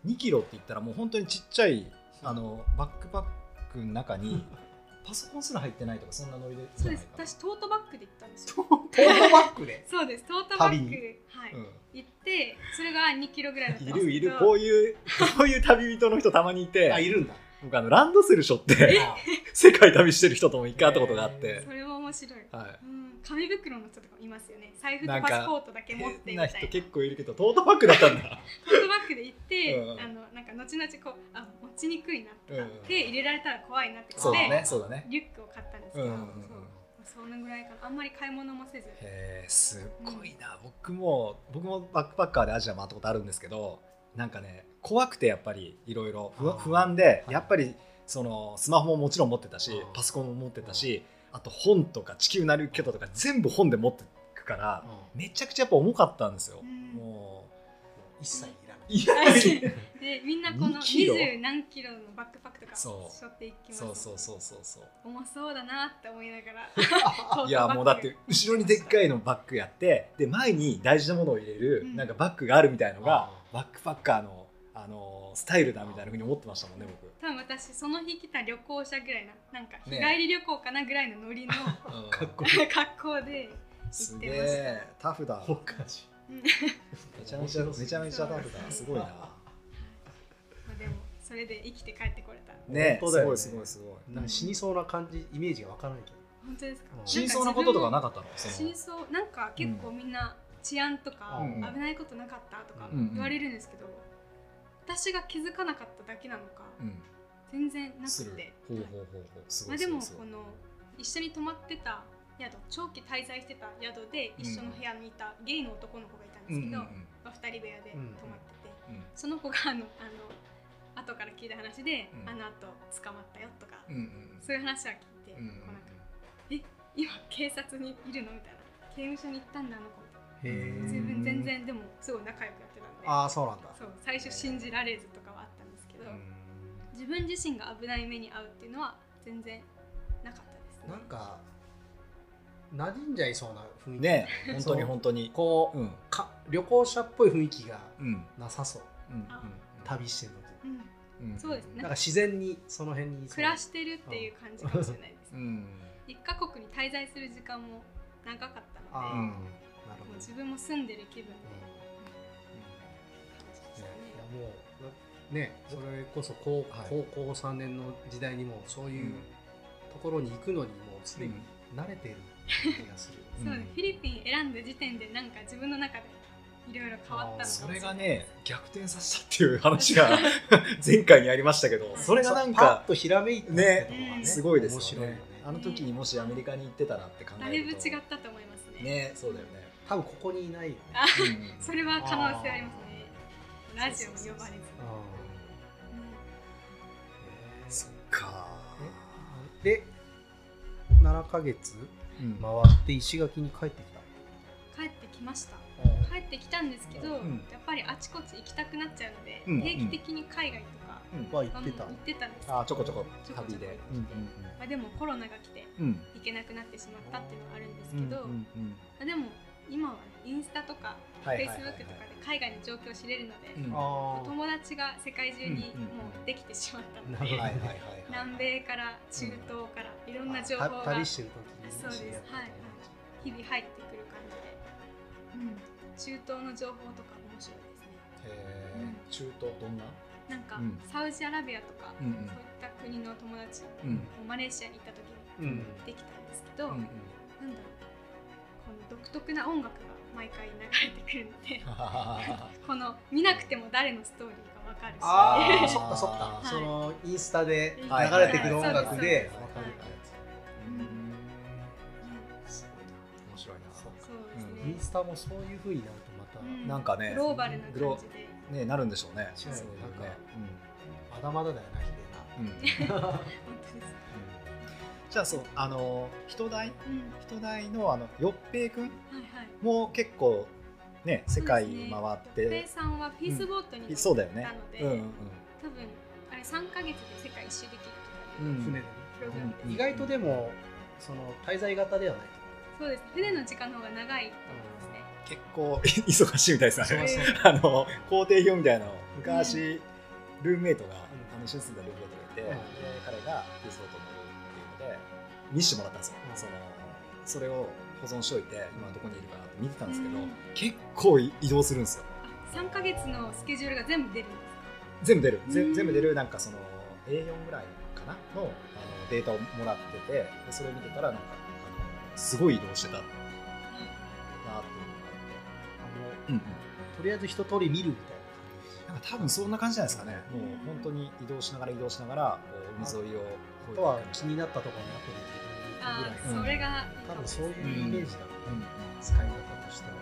[SPEAKER 3] 2キロって言ったらもう本当にちっちゃいあのバックパックの中にパソコンすら入ってないとかそんなノリで
[SPEAKER 4] そうです
[SPEAKER 3] じゃない
[SPEAKER 4] 私トートバッグで行ったんですよ
[SPEAKER 2] トートバッグ で
[SPEAKER 4] そうですトートバッ
[SPEAKER 2] 旅に
[SPEAKER 4] グはい、
[SPEAKER 3] か
[SPEAKER 4] 行ってそれが2キロぐらいだった
[SPEAKER 3] うんん、
[SPEAKER 4] で
[SPEAKER 3] い
[SPEAKER 4] すけど
[SPEAKER 3] るいるこういうこういう旅人の人たまにい
[SPEAKER 2] あ
[SPEAKER 3] て
[SPEAKER 2] いるんだ
[SPEAKER 3] 僕あのランドセルしょって
[SPEAKER 2] あ
[SPEAKER 3] 世界旅してる人とも一回会ったことがあって
[SPEAKER 4] そ、れも面白い、
[SPEAKER 3] はい
[SPEAKER 4] うん、紙袋の人とかもいますよね財布と
[SPEAKER 3] な
[SPEAKER 4] パ
[SPEAKER 3] んか
[SPEAKER 4] スポートだけ持って
[SPEAKER 3] 変
[SPEAKER 4] みた
[SPEAKER 3] ない
[SPEAKER 4] な
[SPEAKER 3] 人結構いるけどトートバッグだったんだ
[SPEAKER 4] トートバッグで行って、
[SPEAKER 3] うん
[SPEAKER 4] あのなんか後々こうあ持ちにくいなとか、
[SPEAKER 3] うん
[SPEAKER 4] 手入れられたら怖いなって
[SPEAKER 3] そ
[SPEAKER 4] こ
[SPEAKER 3] う
[SPEAKER 4] と
[SPEAKER 3] だ
[SPEAKER 4] で、
[SPEAKER 3] ねそうだね
[SPEAKER 4] リュックを買ったんですけ
[SPEAKER 3] うん
[SPEAKER 4] ど、
[SPEAKER 3] うんうん
[SPEAKER 4] そうそのぐらいかなあんまり買い物もせず
[SPEAKER 3] へえすっごいな、僕も僕もバックパッカーでアジア回ったことあるんですけどなんかね怖くてやっぱりいろいろ不
[SPEAKER 2] あー
[SPEAKER 3] 不安で
[SPEAKER 2] はい
[SPEAKER 3] やっぱりそのスマホももちろん持ってたし
[SPEAKER 2] うん
[SPEAKER 3] パソコンも持ってたしあと本とか地球なりき方とか全部本で持ってくから
[SPEAKER 2] うん
[SPEAKER 3] めちゃくちゃやっぱ重かったんですよ、
[SPEAKER 4] うん
[SPEAKER 3] も
[SPEAKER 2] 一切いらな
[SPEAKER 3] う
[SPEAKER 2] い
[SPEAKER 3] いや
[SPEAKER 4] でみんなこの
[SPEAKER 3] 2キロ
[SPEAKER 4] 20何キロのバックパックとか背
[SPEAKER 3] そう
[SPEAKER 4] 負っていきます
[SPEAKER 3] そうそうそうそうそう
[SPEAKER 4] 重そうだなって思いな がらトートバッグ
[SPEAKER 3] いやもうだって後ろにでっかいのバッグやってで前に大事なものを入れる
[SPEAKER 4] うん
[SPEAKER 3] なんかバッグがあるみたいのが、
[SPEAKER 2] あ
[SPEAKER 3] バックパッカーの、あのースタイルだみたいなふうに思ってましたもんね
[SPEAKER 4] 多分私その日来た旅行者ぐらいななんか日
[SPEAKER 3] ね
[SPEAKER 4] 帰り旅行かなぐらいのノ リの
[SPEAKER 3] 僕、
[SPEAKER 2] ーかっこいい
[SPEAKER 4] 格好で、
[SPEAKER 3] すげえタフだ
[SPEAKER 2] おかしい
[SPEAKER 4] うん
[SPEAKER 3] めちゃめちゃめちゃめちゃタフだすごいな
[SPEAKER 4] それで生きて帰ってこれた
[SPEAKER 3] ね
[SPEAKER 2] 本当だよね
[SPEAKER 3] すごいすごいすごい
[SPEAKER 2] なんか死にそうな感じイメージがわからないけど
[SPEAKER 4] 本当ですか
[SPEAKER 2] うん
[SPEAKER 3] 死にそうなこととかなかったのその
[SPEAKER 4] 真相なんか結構みんな治安とか
[SPEAKER 2] うん
[SPEAKER 3] うん
[SPEAKER 4] 危ないことなかったとか
[SPEAKER 3] うんうん
[SPEAKER 4] 言われるんですけど、私が気づかなかっただけなのか
[SPEAKER 3] う
[SPEAKER 4] 全然なん
[SPEAKER 3] す
[SPEAKER 4] く
[SPEAKER 3] る
[SPEAKER 4] て、
[SPEAKER 3] ほうほ
[SPEAKER 4] はいう
[SPEAKER 3] ほうほうす
[SPEAKER 4] ま
[SPEAKER 3] ご
[SPEAKER 4] あ、
[SPEAKER 3] い
[SPEAKER 4] です
[SPEAKER 3] ご
[SPEAKER 4] も
[SPEAKER 3] いすご
[SPEAKER 4] こ
[SPEAKER 3] い
[SPEAKER 4] の一緒に泊まってた宿長期滞在してた宿で一緒の部屋にいたゲイの男の子がいたん
[SPEAKER 3] う
[SPEAKER 4] で
[SPEAKER 3] んう
[SPEAKER 4] す
[SPEAKER 3] んう
[SPEAKER 4] け
[SPEAKER 3] ん
[SPEAKER 4] ど、まあ、2人部屋で泊まってて、
[SPEAKER 3] うん
[SPEAKER 4] その子があのあの後から聞いた話で、
[SPEAKER 3] うん
[SPEAKER 4] あの後捕まったよとか、
[SPEAKER 3] うんうん
[SPEAKER 4] そういう話は聞いて、
[SPEAKER 3] うんうん
[SPEAKER 4] こうなんか今警察にいるのみたいな刑務所に行ったんだあの子
[SPEAKER 3] へー
[SPEAKER 4] 自分
[SPEAKER 3] うん
[SPEAKER 4] 全然でもすごい仲良くやってたんで
[SPEAKER 2] ああそうなんだ
[SPEAKER 4] そう最初信じられずとかはあったんですけど、
[SPEAKER 3] うん
[SPEAKER 4] 自分自身が危ない目に遭うっていうのは全然なかったですね
[SPEAKER 2] なんか馴染んじゃいそうな雰囲気
[SPEAKER 3] ねえ本当に
[SPEAKER 2] そう
[SPEAKER 3] 本当に
[SPEAKER 2] こう
[SPEAKER 3] うん
[SPEAKER 2] か旅行者っぽい雰囲気が
[SPEAKER 3] うんうん
[SPEAKER 2] なさそう
[SPEAKER 3] うん
[SPEAKER 4] あ
[SPEAKER 2] 旅してるのと
[SPEAKER 4] うん、
[SPEAKER 3] うん
[SPEAKER 4] そうですね
[SPEAKER 2] なんか自然にその辺にいそう
[SPEAKER 4] 暮らしてるっていう感じかもしれないです
[SPEAKER 3] う
[SPEAKER 4] ね
[SPEAKER 3] ん
[SPEAKER 4] 一カ国に滞在する時間も長かった
[SPEAKER 2] あー
[SPEAKER 4] ので
[SPEAKER 3] う
[SPEAKER 4] も
[SPEAKER 3] ん
[SPEAKER 2] なるほ
[SPEAKER 4] う
[SPEAKER 2] ど
[SPEAKER 4] 自分も住んでる気分で感じでしたね
[SPEAKER 2] いやもうねそれこそ高,、
[SPEAKER 3] はい
[SPEAKER 2] 高校3年の時代にもそう
[SPEAKER 3] う
[SPEAKER 2] いうんところに行くのにもうすでに慣れてる気がする、
[SPEAKER 3] うん
[SPEAKER 4] そうですフィリピン選んだ時点でなんか自分の中でいろいろ変わったのかもし
[SPEAKER 3] そ
[SPEAKER 4] れな
[SPEAKER 3] れ
[SPEAKER 4] い
[SPEAKER 3] がね逆転させたっていう話 が前回にありましたけど それがなん
[SPEAKER 2] パッ
[SPEAKER 3] か
[SPEAKER 2] とひらめいたってとこが
[SPEAKER 4] ね
[SPEAKER 3] すごいです
[SPEAKER 2] 面白
[SPEAKER 3] よ
[SPEAKER 2] いよ
[SPEAKER 3] ね
[SPEAKER 2] ね
[SPEAKER 3] あの時にもしアメリカに行ってたらって考
[SPEAKER 4] だ
[SPEAKER 3] え
[SPEAKER 4] い
[SPEAKER 3] る
[SPEAKER 4] ぶ違
[SPEAKER 3] と
[SPEAKER 4] ったと思いますね
[SPEAKER 3] ねそうだよね
[SPEAKER 2] 多分ここにいないよね
[SPEAKER 4] あ
[SPEAKER 3] うんうん
[SPEAKER 4] それは可能性ありますねラジオも呼ばれ
[SPEAKER 2] うんへ
[SPEAKER 4] ず、
[SPEAKER 2] ー
[SPEAKER 3] そっか
[SPEAKER 2] で7ヶ月
[SPEAKER 3] うん
[SPEAKER 2] 回って石垣に帰ってきた
[SPEAKER 4] 帰ってきました帰ってきたんですけど、
[SPEAKER 3] うん
[SPEAKER 4] やっぱりあちこち行きたくなっちゃうので、
[SPEAKER 3] うん
[SPEAKER 4] 定期的に海外とか
[SPEAKER 3] うん
[SPEAKER 2] は行
[SPEAKER 4] は
[SPEAKER 2] って
[SPEAKER 4] もう
[SPEAKER 2] た
[SPEAKER 4] 行ってたんですけど
[SPEAKER 3] あーちょこちょこ旅で
[SPEAKER 4] ちょこちょこ行ってまあ、でもコロナが来て
[SPEAKER 3] うん
[SPEAKER 4] 行けなくなってしまったっていうのはあるんです
[SPEAKER 3] う
[SPEAKER 4] け
[SPEAKER 3] ん
[SPEAKER 4] ど、
[SPEAKER 3] うんうんうん
[SPEAKER 4] まあ、でも今は、ね、インスタとかフ
[SPEAKER 3] はい
[SPEAKER 4] ェイ
[SPEAKER 3] はい
[SPEAKER 4] ス
[SPEAKER 3] はいはい
[SPEAKER 4] ブックとかで海外の状況を知れるので、
[SPEAKER 3] うんは
[SPEAKER 2] あー
[SPEAKER 4] 友達が世界中
[SPEAKER 3] う
[SPEAKER 4] に
[SPEAKER 3] んうん
[SPEAKER 4] もうできてしまったので、
[SPEAKER 2] なるほ
[SPEAKER 3] い
[SPEAKER 2] ど
[SPEAKER 3] はいはいはい
[SPEAKER 4] 南米から中東からいろんな情報
[SPEAKER 2] あた
[SPEAKER 4] が
[SPEAKER 2] 旅
[SPEAKER 4] 日
[SPEAKER 2] してる
[SPEAKER 4] そ
[SPEAKER 2] 時に
[SPEAKER 4] うです
[SPEAKER 2] 知り合った
[SPEAKER 4] はい々入ってくる感じで、うん、中東の情報とか面白いですね。
[SPEAKER 3] へ
[SPEAKER 4] うん
[SPEAKER 3] ー中東どんな
[SPEAKER 4] なんか、
[SPEAKER 3] うん
[SPEAKER 4] サウジアラビアとか、
[SPEAKER 3] うんうん
[SPEAKER 4] そういった国の友達、
[SPEAKER 3] うん
[SPEAKER 4] マレーシアに行った時
[SPEAKER 2] うんうん
[SPEAKER 4] できたんですけど、
[SPEAKER 3] うんうん
[SPEAKER 4] なんだろうこの独特な音楽が毎回流れてくるの でこの見なくても誰のストーリーかわかるし
[SPEAKER 2] あ
[SPEAKER 3] ー
[SPEAKER 2] あそっかそっか、
[SPEAKER 3] はい
[SPEAKER 2] そのインスタで
[SPEAKER 4] 流
[SPEAKER 2] 流れてくる音楽
[SPEAKER 4] はい
[SPEAKER 2] でわかるから
[SPEAKER 4] うん
[SPEAKER 2] やつ
[SPEAKER 3] 面白いな
[SPEAKER 2] そう
[SPEAKER 4] そうです
[SPEAKER 2] イ
[SPEAKER 4] ね
[SPEAKER 2] ンスタもそういう風になるとまた、
[SPEAKER 4] うん
[SPEAKER 3] なんかね
[SPEAKER 4] グローバルな感
[SPEAKER 3] グロ
[SPEAKER 4] じで
[SPEAKER 3] ねなるんでしょうね
[SPEAKER 2] そうなんか
[SPEAKER 3] ね
[SPEAKER 2] まだまだだよなひでえな
[SPEAKER 3] うんうん
[SPEAKER 4] 本当です、
[SPEAKER 3] じゃあそうあの人大
[SPEAKER 4] うん、
[SPEAKER 3] 人大のあのよっぺいくん
[SPEAKER 4] はいはい
[SPEAKER 3] も結構ね世界回っ
[SPEAKER 4] そうですね
[SPEAKER 3] て
[SPEAKER 4] ペイさんはピースボートに乗って
[SPEAKER 3] そうだよ
[SPEAKER 4] た
[SPEAKER 3] ね
[SPEAKER 4] ので、
[SPEAKER 3] うんうん
[SPEAKER 4] 多分あれ3ヶ月で世界一周できるとか
[SPEAKER 3] う
[SPEAKER 4] いう、
[SPEAKER 3] ん
[SPEAKER 2] 船でね、
[SPEAKER 4] プログラムで、
[SPEAKER 3] うん
[SPEAKER 2] 意外とでもその滞在型ではない
[SPEAKER 4] そうですね船の時間の方が長いと思いますね、
[SPEAKER 3] 結構 忙しいみたいですねあれ
[SPEAKER 2] 忙しそう
[SPEAKER 3] あの工程表みたいなのを昔、ルームメイトが、あの一緒に住んだルームメイトがいて、で彼がリゾートに乗るっていうので見してもらったんですよ、
[SPEAKER 2] うん
[SPEAKER 3] そのそれを保存しといて今どこにいるかなって見てたんですけど、
[SPEAKER 4] うん
[SPEAKER 3] 結構い移動するんですよ
[SPEAKER 4] あ3ヶ月のスケジュールが全部出るんです
[SPEAKER 3] 全部出る、ぜ
[SPEAKER 4] うん
[SPEAKER 3] 全部出るなんかその A4 ぐらいかなのあのデータをもらっててでそれを見てたらなんかあのすごい移動してたなって
[SPEAKER 2] あ
[SPEAKER 3] いうのがあって、うんうん、
[SPEAKER 2] のとりあえず一通り見るみたい
[SPEAKER 3] なんか多分そんな感じじゃないですかね、もう
[SPEAKER 4] うん
[SPEAKER 3] 本当に移動しながら移動しながら、こう海沿いを越えてい
[SPEAKER 2] な感じあ
[SPEAKER 3] く
[SPEAKER 2] とは気になったところにアプリで
[SPEAKER 4] ああ、
[SPEAKER 2] 見るぐ
[SPEAKER 4] そ
[SPEAKER 2] らい
[SPEAKER 4] れがいい
[SPEAKER 2] 多
[SPEAKER 4] かも
[SPEAKER 2] 分
[SPEAKER 4] し
[SPEAKER 2] そう
[SPEAKER 4] れない
[SPEAKER 2] いうイメージだろうね、
[SPEAKER 3] うんうん
[SPEAKER 2] 使い方としては、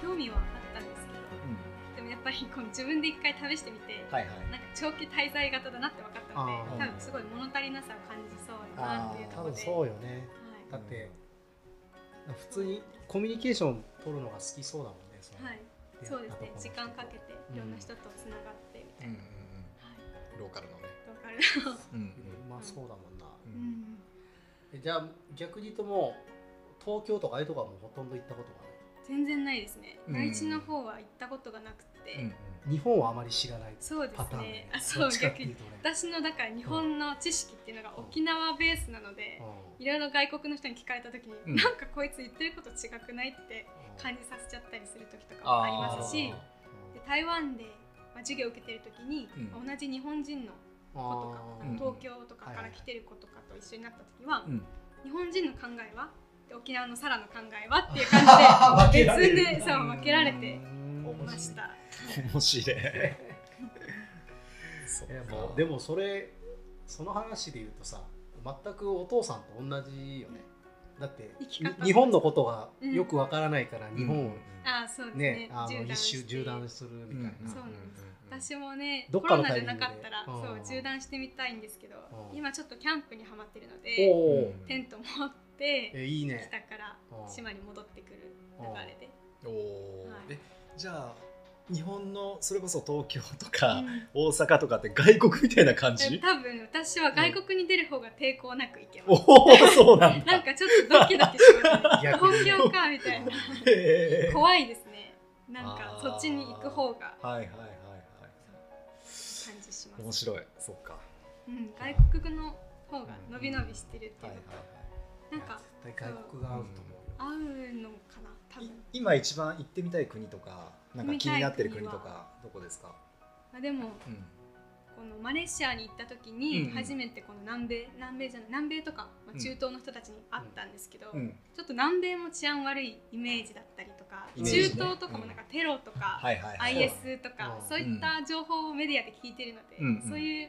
[SPEAKER 4] 興味はあったんですけど
[SPEAKER 3] うん
[SPEAKER 4] でもやっぱりこの自分で一回試してみて
[SPEAKER 3] はいはい、
[SPEAKER 4] なんか長期滞在型だなって分かったので
[SPEAKER 3] あー
[SPEAKER 4] 多分すごい物足りなさを感じそうだなっていうと
[SPEAKER 2] 多
[SPEAKER 4] ころ
[SPEAKER 2] 分
[SPEAKER 4] で
[SPEAKER 2] そうよね
[SPEAKER 4] は
[SPEAKER 2] だって普通にコミュニケーション取るのが好きそうだもんねその
[SPEAKER 4] い、はい、
[SPEAKER 2] 出
[SPEAKER 4] そう
[SPEAKER 2] 会
[SPEAKER 4] で
[SPEAKER 2] った
[SPEAKER 4] す
[SPEAKER 2] ところの人
[SPEAKER 4] ね時間かけていろんな人とつながってみた
[SPEAKER 3] う
[SPEAKER 4] い
[SPEAKER 3] ん
[SPEAKER 4] な、
[SPEAKER 3] うんうん、
[SPEAKER 4] はい
[SPEAKER 3] ローカルのね、
[SPEAKER 4] ローカルの、
[SPEAKER 3] うん
[SPEAKER 2] うまそうだもんな、
[SPEAKER 3] う
[SPEAKER 4] うんん、
[SPEAKER 2] えじゃあ逆に言うともう東京とかああいうとこはもうほとんど行ったことがな
[SPEAKER 4] 全然ないですね
[SPEAKER 3] うん
[SPEAKER 4] 内地の方は行ったことがなく
[SPEAKER 3] うんう
[SPEAKER 4] て、
[SPEAKER 3] ん
[SPEAKER 2] い日本はあまり知らない
[SPEAKER 4] そうで
[SPEAKER 2] パ
[SPEAKER 4] す
[SPEAKER 2] ターン
[SPEAKER 4] ね
[SPEAKER 2] で
[SPEAKER 4] あそう
[SPEAKER 2] どっちかって
[SPEAKER 4] 逆
[SPEAKER 2] いう
[SPEAKER 4] に
[SPEAKER 2] とね
[SPEAKER 4] 私のだから日本の知識っていうのが沖縄ベースなので、
[SPEAKER 2] うん
[SPEAKER 4] いろいろ外国の人に聞かれた時に、
[SPEAKER 3] うん
[SPEAKER 4] なんかこいつ言ってること違くないって感じさせちゃったりする時とかもありますし
[SPEAKER 3] あ
[SPEAKER 4] で台湾でまあ、授業を受けてる時に、
[SPEAKER 3] うん
[SPEAKER 4] 同じ日本人の子とか
[SPEAKER 2] あ
[SPEAKER 4] あ
[SPEAKER 2] ー
[SPEAKER 4] の
[SPEAKER 3] うん
[SPEAKER 4] 東京とかから来てる子とかと一緒になった時は、
[SPEAKER 3] うん
[SPEAKER 4] 日本人の考えはで沖縄のサラの考えはっていう感
[SPEAKER 3] 分
[SPEAKER 4] じ
[SPEAKER 3] け
[SPEAKER 4] で
[SPEAKER 3] られる
[SPEAKER 4] 別でそう分けられ
[SPEAKER 2] う
[SPEAKER 4] て
[SPEAKER 2] ん
[SPEAKER 4] ました。
[SPEAKER 3] 面白い そう
[SPEAKER 2] え
[SPEAKER 3] か
[SPEAKER 2] もうでもそれその話で言うとさ全くお父さんと同じよねだって
[SPEAKER 4] 生き方
[SPEAKER 2] に日本のことがよくわからないから日本を
[SPEAKER 4] あーそうです
[SPEAKER 2] ね
[SPEAKER 4] ね、
[SPEAKER 2] あの一周
[SPEAKER 4] して
[SPEAKER 2] 縦断するみたいな、
[SPEAKER 4] んそうなんです私もね
[SPEAKER 2] どっ
[SPEAKER 4] コ
[SPEAKER 2] か
[SPEAKER 4] ロ
[SPEAKER 2] の
[SPEAKER 4] ナ
[SPEAKER 2] タイ
[SPEAKER 4] で
[SPEAKER 2] ミング
[SPEAKER 4] な
[SPEAKER 2] で
[SPEAKER 4] かったら
[SPEAKER 2] うん
[SPEAKER 4] そう縦断してみたいんですけど
[SPEAKER 2] うん
[SPEAKER 4] 今ちょっとキャンプにはまってるの
[SPEAKER 2] お
[SPEAKER 4] で
[SPEAKER 2] お、
[SPEAKER 3] うん
[SPEAKER 4] テント持って
[SPEAKER 2] えいい
[SPEAKER 4] 北
[SPEAKER 2] ね
[SPEAKER 4] から
[SPEAKER 2] うん
[SPEAKER 4] 島に戻ってくる流れで
[SPEAKER 3] おおー、
[SPEAKER 4] はい
[SPEAKER 3] えじゃあ日本のそれこそ東京とか、
[SPEAKER 4] うん
[SPEAKER 3] 大阪とかって外国みたいな感
[SPEAKER 4] で
[SPEAKER 3] じ
[SPEAKER 4] 多分私は外国に出る方が抵抗なくいけ
[SPEAKER 3] お
[SPEAKER 4] ます
[SPEAKER 3] おそうなんだ
[SPEAKER 4] なんかちょっとドキドキしますね
[SPEAKER 2] 逆に
[SPEAKER 4] 東京かみたいな
[SPEAKER 3] へー
[SPEAKER 4] 怖いですねなん
[SPEAKER 3] あ
[SPEAKER 4] か
[SPEAKER 3] ー
[SPEAKER 4] そっちに行く方が
[SPEAKER 3] はいはいはいはい
[SPEAKER 4] 感じしま
[SPEAKER 3] 面
[SPEAKER 4] す、
[SPEAKER 3] 白いそっかは
[SPEAKER 4] うん、外国の方が伸び伸びしてるって
[SPEAKER 3] い
[SPEAKER 4] いう
[SPEAKER 3] はい
[SPEAKER 4] の
[SPEAKER 3] は
[SPEAKER 4] かなんか
[SPEAKER 2] 絶対外国が合うと思うよ、
[SPEAKER 4] 合うのかな多
[SPEAKER 3] いい
[SPEAKER 4] 分
[SPEAKER 3] 今一番行ってみたい国とかなんか気になってる国と
[SPEAKER 4] 行ってみ
[SPEAKER 3] かどこですか、
[SPEAKER 4] あで
[SPEAKER 3] う
[SPEAKER 4] も
[SPEAKER 3] ん、
[SPEAKER 4] このマレーシアに行った時
[SPEAKER 3] うんう
[SPEAKER 4] に
[SPEAKER 3] ん
[SPEAKER 4] 初めてこの南米南米じゃない南米とか、ま
[SPEAKER 3] うん
[SPEAKER 4] あ、中東の人たちに会ったんですけど、
[SPEAKER 3] うん、
[SPEAKER 4] ちょっと南米も治安悪いイメージだったりとか、
[SPEAKER 3] イメージ
[SPEAKER 4] 中
[SPEAKER 3] ね
[SPEAKER 4] 東とかもなんかテロとか、
[SPEAKER 3] はいはいはい
[SPEAKER 4] IS とか、
[SPEAKER 2] うん
[SPEAKER 4] そういった情報をメディアで聞いてるので、
[SPEAKER 3] うんうん
[SPEAKER 4] そういう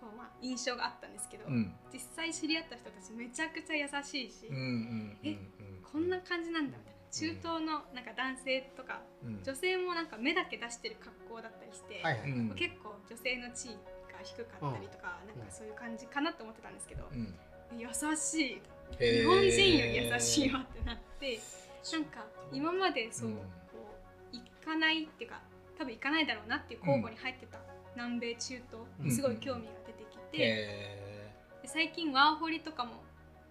[SPEAKER 4] こう、まあ、印象があったんですけど、
[SPEAKER 3] うん
[SPEAKER 4] 実際知り合った人たちめちゃくちゃ優しいし、
[SPEAKER 3] うんうんうんうん
[SPEAKER 4] こんな感じなんだみたいな中東のなんか男性とか
[SPEAKER 3] うん
[SPEAKER 4] 女性もなんか目だけ出してる格好だったりして、
[SPEAKER 2] はいはい、
[SPEAKER 3] うん
[SPEAKER 4] 結構女性の地位が低かったりとか、なんかそういう感じかなと思ってたんですけど、
[SPEAKER 3] うん
[SPEAKER 4] 優しい
[SPEAKER 3] へー
[SPEAKER 4] 日本人より優しいわってなってなんか今までそう、
[SPEAKER 3] うん
[SPEAKER 4] こう行かないっていうか多分行かないだろうなっていう候補に入ってた、南米中
[SPEAKER 2] うん
[SPEAKER 4] 東すごい興味が出てきて、
[SPEAKER 3] へ
[SPEAKER 4] で最近ワーホリとかも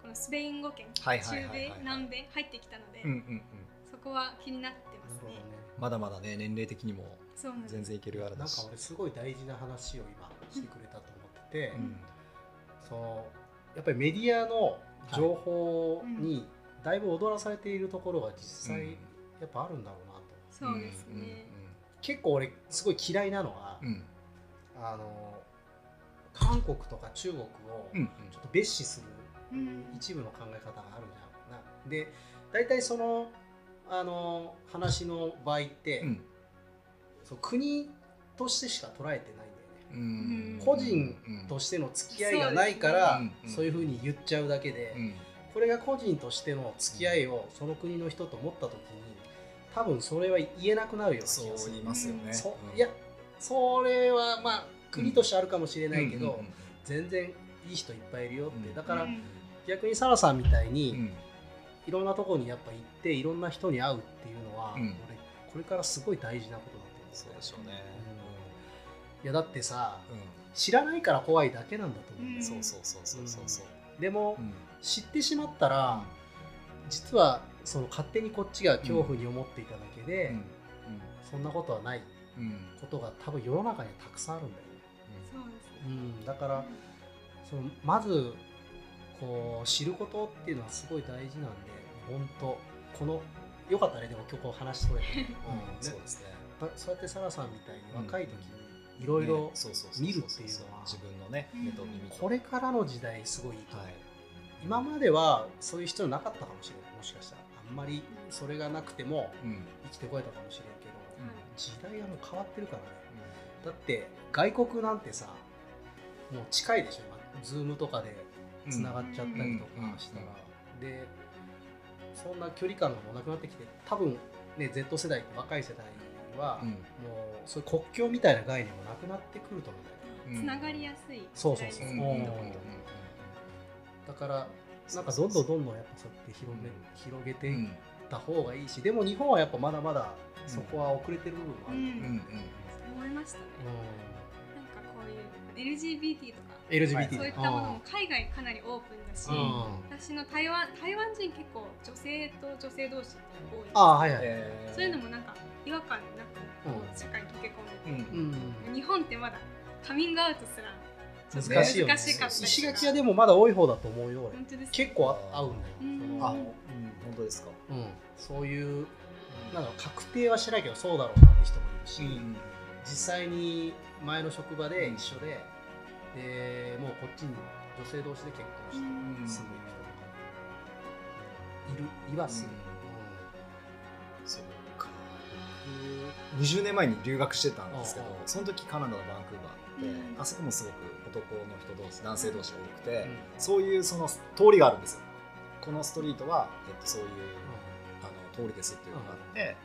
[SPEAKER 4] このスペイン語圏
[SPEAKER 3] はい
[SPEAKER 4] 中
[SPEAKER 3] はいはいはいはい
[SPEAKER 4] 米南米入ってきたので、
[SPEAKER 3] ーうんうんうん
[SPEAKER 4] そこは気になってます
[SPEAKER 2] なるほど
[SPEAKER 4] ね
[SPEAKER 2] ね。
[SPEAKER 3] まだまだね年齢的にも
[SPEAKER 4] そうなんです
[SPEAKER 3] 全然いけるあれ
[SPEAKER 2] な
[SPEAKER 3] だ
[SPEAKER 2] んか
[SPEAKER 3] し
[SPEAKER 2] 俺すごい大事な話を今してくれたと思ってて、
[SPEAKER 3] うん
[SPEAKER 2] そのやっぱりメディアの情報にだいぶ踊らされているところが実際
[SPEAKER 3] うん
[SPEAKER 2] やっぱあるんだろうなと、
[SPEAKER 4] そうですね。
[SPEAKER 2] 結構俺すごい嫌いなのは、
[SPEAKER 3] うんうん
[SPEAKER 2] あの韓国とか中国を
[SPEAKER 3] うんうん
[SPEAKER 2] ちょっと蔑視する
[SPEAKER 4] うん
[SPEAKER 2] 一部の考え方があるじゃん。なで大体そのあの話の場合って、
[SPEAKER 3] うん
[SPEAKER 2] そう国としてしか捉えてないんだよね。
[SPEAKER 3] うん
[SPEAKER 2] 個人としての付き合いがないから
[SPEAKER 3] うんうん
[SPEAKER 2] そういうふうに言っちゃうだけで、
[SPEAKER 3] うん
[SPEAKER 2] これが個人としての付き合いをその国の人と持った時に多分それは言えなくなるような
[SPEAKER 3] そう
[SPEAKER 2] 気がする
[SPEAKER 3] 言いますよね。
[SPEAKER 2] そ
[SPEAKER 3] うん
[SPEAKER 2] いやそれはまあ国としてあるかもしれないけど、
[SPEAKER 3] うん
[SPEAKER 2] 全然いい人いっぱいいるよって、
[SPEAKER 3] うん
[SPEAKER 2] だから
[SPEAKER 4] うん
[SPEAKER 2] 逆にサラさんみたいに、
[SPEAKER 3] うんうん
[SPEAKER 2] いろんなところにやっぱ行っていろんな人に会うっていうのは、
[SPEAKER 3] うん
[SPEAKER 2] 俺これからすごい大事なことだと思う
[SPEAKER 3] そうでしょうね。
[SPEAKER 2] いやだってさ
[SPEAKER 3] うん
[SPEAKER 2] 知らないから怖いだけなんだと思うん
[SPEAKER 3] う
[SPEAKER 2] で
[SPEAKER 3] ん
[SPEAKER 2] す
[SPEAKER 3] そうそうそうそうそうそう。
[SPEAKER 2] でも、
[SPEAKER 3] うん
[SPEAKER 2] 知ってしまったら実はその勝手にこっちが恐怖に思っていただけで、そんなことはない
[SPEAKER 3] うんうん
[SPEAKER 2] ことが多分世の中にはたくさんあるんだよね、
[SPEAKER 4] そうですね。
[SPEAKER 2] うん、だからそのまずこう知ることっていうのはすごい大事なんで本当このよかったねでも今日こう話しとれ て、
[SPEAKER 3] うん
[SPEAKER 2] うん
[SPEAKER 3] そう
[SPEAKER 2] ね
[SPEAKER 3] ですね。
[SPEAKER 2] やっぱそうやってサラさんみたいに若い時にい
[SPEAKER 3] い
[SPEAKER 2] ろいろ
[SPEAKER 3] そうそう
[SPEAKER 2] 見るっていうのは
[SPEAKER 3] 自分のね
[SPEAKER 4] うん
[SPEAKER 3] 目と耳と
[SPEAKER 2] これからの時代すごいいいと思う、
[SPEAKER 3] はい
[SPEAKER 2] 今まではそういう必要なかったかもしれないもしかしたらあんまりそれがなくても
[SPEAKER 3] うん
[SPEAKER 2] 生きてこえたかもしれんけど
[SPEAKER 4] はい
[SPEAKER 2] 時代がもう変わってるからねだって外国なんてさもう近いでしょ今ズームとかでつながっちゃったりとかしたら、でそんな距離感がもうなくなってきて多分ね Z 世代って若い世代は、
[SPEAKER 3] うん
[SPEAKER 2] もうそういう国境みたいな概念もなくなってくると思うんだよね
[SPEAKER 3] うん
[SPEAKER 4] つながりやすい時代です
[SPEAKER 2] そうそ
[SPEAKER 4] ね。
[SPEAKER 2] うそううんうん
[SPEAKER 3] うん
[SPEAKER 2] だからなんかどんどんどんどんやっぱそうやって広げ,、
[SPEAKER 3] うん
[SPEAKER 2] 広げて
[SPEAKER 3] う
[SPEAKER 2] いっ
[SPEAKER 3] ん
[SPEAKER 2] た方がいいし、でも日本はやっぱまだまだそこは遅れてる部分もあ
[SPEAKER 4] う
[SPEAKER 2] る、
[SPEAKER 4] ん
[SPEAKER 3] うんうん
[SPEAKER 4] 思いましたね。なんかこういう LGBT とか
[SPEAKER 2] うん LGBT
[SPEAKER 4] そういったものも海外かなりオープンだし、
[SPEAKER 2] うん
[SPEAKER 4] 私の台湾台湾人結構女性と女性同士って多いんですけど
[SPEAKER 2] ああはいはい、
[SPEAKER 3] えー
[SPEAKER 4] そういうのもなんか違和感なくこう
[SPEAKER 2] うん
[SPEAKER 4] 社会に溶け込
[SPEAKER 3] うん
[SPEAKER 4] でて、
[SPEAKER 2] うんん、
[SPEAKER 4] 日本ってまだカミングアウトすら
[SPEAKER 2] 難しいよね
[SPEAKER 4] 難しかったりとか
[SPEAKER 2] 石垣はでもまだ多い方だと思うよ俺
[SPEAKER 4] 本当ですね
[SPEAKER 2] 結構合うんだよ、
[SPEAKER 4] うん
[SPEAKER 2] その
[SPEAKER 3] あうん本当ですか。
[SPEAKER 2] うん、そういうなんだろう確定はしないけどそうだろうなって人もいるし、
[SPEAKER 3] うん
[SPEAKER 2] 実際に前の職場で一緒で、でもうこっちに女性同士で結婚して
[SPEAKER 3] うん
[SPEAKER 2] 住む人とか、いるいはする、
[SPEAKER 3] そうか僕20年前に留学してたんですけど
[SPEAKER 2] ああ
[SPEAKER 3] その時カナダのバンクーバーって、
[SPEAKER 4] うん
[SPEAKER 3] あそこもすごく男の人同士男性同士が多くて、
[SPEAKER 2] うん
[SPEAKER 3] そういうその通りがあるんですよこのストリートは、えっと、そういう、あの通りですっていうのがあって、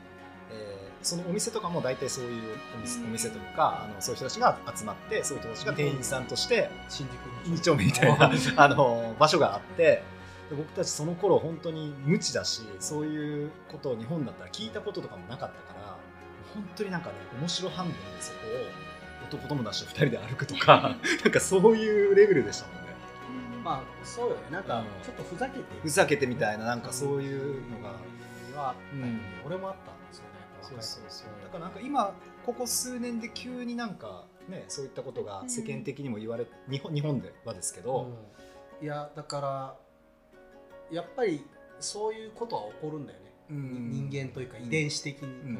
[SPEAKER 3] えーそのお店とかも大体そういうお店,、
[SPEAKER 4] うん
[SPEAKER 3] お店というかあのそういう人たちが集まってそういう人たちが店員さんとして
[SPEAKER 2] 新宿
[SPEAKER 3] 二丁目みたいな
[SPEAKER 2] うん
[SPEAKER 3] あの場所があってで僕たちその頃本当に無知だしそういうことを日本だったら聞いたこととかもなかったから本当になんかね面白半分でそこを男友達と2人で歩くと かなんかそういうレベルでしたもんね
[SPEAKER 2] まあそうよねなんか
[SPEAKER 3] うん
[SPEAKER 2] ちょっとふざけて
[SPEAKER 3] ふざけてみたいななんかそういうのが。
[SPEAKER 2] はあったよね
[SPEAKER 3] うん
[SPEAKER 2] 俺もあったんですよね
[SPEAKER 3] そうそうそう
[SPEAKER 2] 若い頃
[SPEAKER 3] だからなんか今ここ数年で急になんかねそういったことが世間的にも言われ、日本日本ではですけど、
[SPEAKER 2] うんいやだからやっぱりそういうことは起こるんだよね、
[SPEAKER 3] うん
[SPEAKER 2] 人間というか遺伝子的に、
[SPEAKER 3] ん
[SPEAKER 2] うん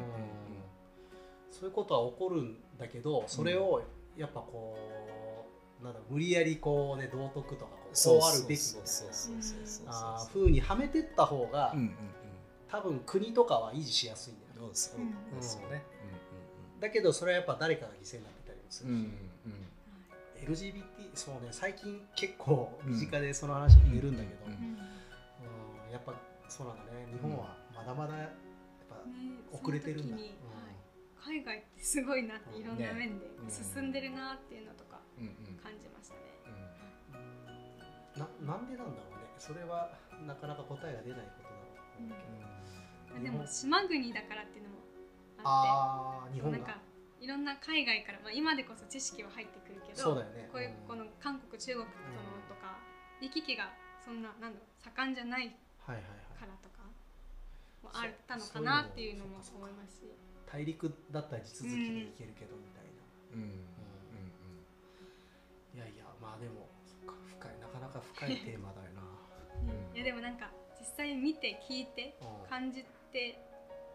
[SPEAKER 2] そういうことは起こるんだけどそれをやっぱこうなんだろう無理やりこうね道徳とかこうこうあるべきみ
[SPEAKER 3] そう
[SPEAKER 2] た
[SPEAKER 3] そ
[SPEAKER 2] いうな
[SPEAKER 3] そうそうそう
[SPEAKER 2] あー
[SPEAKER 3] そう
[SPEAKER 2] 風にはめてった方が、
[SPEAKER 3] うんうん
[SPEAKER 2] 多分国とかは維持しやすいんだよね
[SPEAKER 3] うんどうです
[SPEAKER 4] うん
[SPEAKER 3] ですよね
[SPEAKER 2] だけどそれはやっぱ誰かが犠牲になってたりもす
[SPEAKER 3] う
[SPEAKER 2] る
[SPEAKER 3] んう
[SPEAKER 2] し、
[SPEAKER 3] んうん
[SPEAKER 2] LGBT そうね最近結構身近でその話もいるんだけど、
[SPEAKER 3] うんうん
[SPEAKER 4] うんね
[SPEAKER 2] うんやっぱそうなんだね日本はまだまだやっぱ遅れてるん
[SPEAKER 4] そ
[SPEAKER 2] だ、
[SPEAKER 4] の時にはい海外ってすごいなっていろんな
[SPEAKER 3] ね
[SPEAKER 4] 面で
[SPEAKER 3] うん
[SPEAKER 4] 進んでるなっていうのとか
[SPEAKER 3] うんうん
[SPEAKER 4] 感じましたね。
[SPEAKER 2] うんななんでなんだろうねそれはなかなか答えが出ないことだろうけど、
[SPEAKER 4] でも島国だからっていうのもあ
[SPEAKER 2] ああ
[SPEAKER 4] って
[SPEAKER 2] 日
[SPEAKER 4] そう
[SPEAKER 2] 本
[SPEAKER 4] なん
[SPEAKER 2] が
[SPEAKER 4] かいろんな海外から、まあ、今でこそ知識は入ってくるけど
[SPEAKER 2] そうだよね
[SPEAKER 4] こういうこの韓国中国とのとか行き来がそんななんだろう盛んじゃない
[SPEAKER 2] はいはいはい
[SPEAKER 4] からとかも
[SPEAKER 2] そう
[SPEAKER 4] あったのかなっていうのも思いますし
[SPEAKER 2] 大陸だったら地続きで行けるけどみたい
[SPEAKER 3] うん
[SPEAKER 2] な、
[SPEAKER 3] うん
[SPEAKER 2] うんいやいやまあでもそっか深いなかなか深いテーマだよな
[SPEAKER 3] うん
[SPEAKER 4] いやでもなんか実際見て聞いて
[SPEAKER 2] うん
[SPEAKER 4] 感じて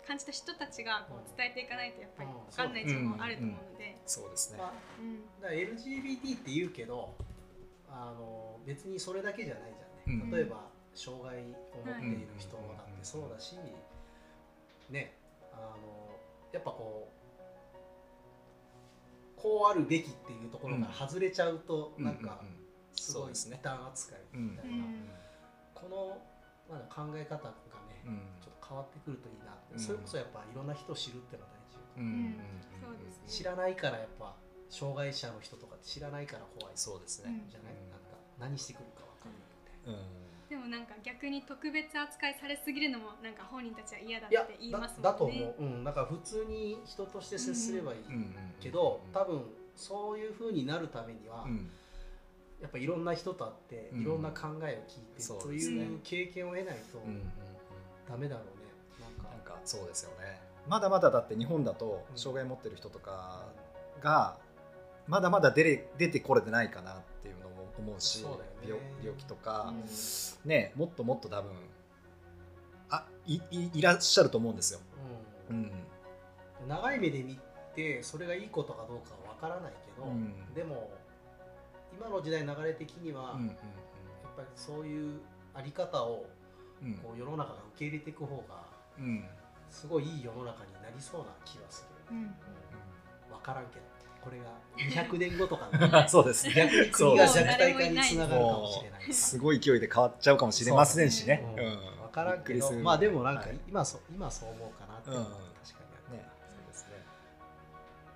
[SPEAKER 4] 感じた人たちがこう伝えていかないとやっぱり
[SPEAKER 2] うん
[SPEAKER 4] 分かんない情報もあると思うので。
[SPEAKER 3] そうですね
[SPEAKER 2] まあだから LGBT って言うけどあの別にそれだけじゃないじゃんね、
[SPEAKER 3] うん
[SPEAKER 2] 例えば障害を持っている人だ
[SPEAKER 3] はい
[SPEAKER 2] ってそうだし、ねあのやっぱこうこうあるべきっていうところが外れちゃうと、なんか
[SPEAKER 3] うん
[SPEAKER 2] すごい異端扱いみたいな、この、まあ、考え方がね、
[SPEAKER 3] うんうん
[SPEAKER 2] ちょっと変わってくるといいなって、
[SPEAKER 3] うん
[SPEAKER 2] それこそやっぱいろんな人を知るっていうのは大事よ
[SPEAKER 3] うんうんうん
[SPEAKER 4] そうですね
[SPEAKER 2] 知らないからやっぱ障害者の人とかって知らないから怖い
[SPEAKER 3] そうですね
[SPEAKER 2] じゃない、なんか何してくるかわかんないみたいな。
[SPEAKER 3] うん
[SPEAKER 4] でもなんか逆に特別扱いされすぎるのもなんか本人たちは嫌だっ
[SPEAKER 2] いや
[SPEAKER 4] て言いますもんね。
[SPEAKER 2] だだと思う、うん、だから普通に人として接すればいい
[SPEAKER 3] うんうん
[SPEAKER 2] けど、多分そういう風になるためには、
[SPEAKER 3] うん
[SPEAKER 2] やっぱいろんな人と会って、
[SPEAKER 3] うん
[SPEAKER 2] いろんな考えを聞いて、
[SPEAKER 3] そう
[SPEAKER 2] と
[SPEAKER 3] です
[SPEAKER 4] ね
[SPEAKER 2] いう経験を得ないと
[SPEAKER 3] うんうんうん
[SPEAKER 2] ダメだろうね、なん
[SPEAKER 3] なん
[SPEAKER 2] か
[SPEAKER 3] かそうですよねまだまだだって日本だと
[SPEAKER 2] うん
[SPEAKER 3] 障害持ってる人とかがまだまだ出れ出てこれてないかなっていうのも思うし
[SPEAKER 2] そうだよね
[SPEAKER 3] 病病気とか
[SPEAKER 4] う、ん
[SPEAKER 3] ねもっともっと多分あいいいらっしゃると思うんですよ。
[SPEAKER 2] う
[SPEAKER 3] うんん
[SPEAKER 2] 長い目で見てそれがいいことかどうかはわからないけど、
[SPEAKER 3] うん
[SPEAKER 2] でも今の時代流れ的には、
[SPEAKER 3] うんうん
[SPEAKER 2] やっぱりそういうあり方を
[SPEAKER 3] うんうん
[SPEAKER 2] こう世の中が受け入れていく方が
[SPEAKER 3] うんうん
[SPEAKER 2] すごいいい世の中になりそうな気はす
[SPEAKER 4] うんうん
[SPEAKER 2] る、分からんけどこれが200年後とかに
[SPEAKER 3] あ そうですね。
[SPEAKER 2] 逆に国が弱体化につながるかもしれない
[SPEAKER 3] すごい勢いで変わっちゃうかもしれませんしね。
[SPEAKER 2] う
[SPEAKER 3] うんん
[SPEAKER 2] 分からんけ
[SPEAKER 3] びっくり
[SPEAKER 2] ど
[SPEAKER 3] する
[SPEAKER 2] まあでもなん
[SPEAKER 3] は
[SPEAKER 2] か
[SPEAKER 3] い
[SPEAKER 2] 今そう今そう思うかなっていうのは
[SPEAKER 3] うん
[SPEAKER 2] 確かにある
[SPEAKER 3] ねそうですね。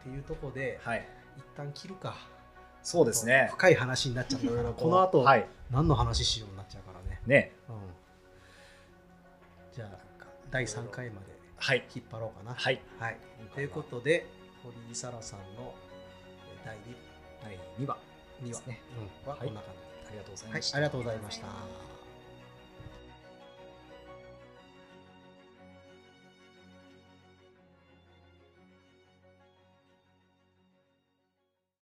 [SPEAKER 2] っていうとこで
[SPEAKER 3] はい。
[SPEAKER 2] 一旦切るか
[SPEAKER 3] そうですね。
[SPEAKER 2] 深い話になっちゃった からこの後
[SPEAKER 3] はい
[SPEAKER 2] 何の話しようになっちゃうからね、
[SPEAKER 3] ね
[SPEAKER 2] うん、じゃあ第3回まで
[SPEAKER 3] はい
[SPEAKER 2] 引っ張ろうかな
[SPEAKER 3] はい。
[SPEAKER 2] はい、ということで堀井沙羅さんのえー第
[SPEAKER 3] 第2話で
[SPEAKER 2] 2話
[SPEAKER 3] すね。
[SPEAKER 2] うんはこんな感じ、
[SPEAKER 3] ありがとうござい
[SPEAKER 2] はい
[SPEAKER 3] まし、た。
[SPEAKER 2] ありがとうございました。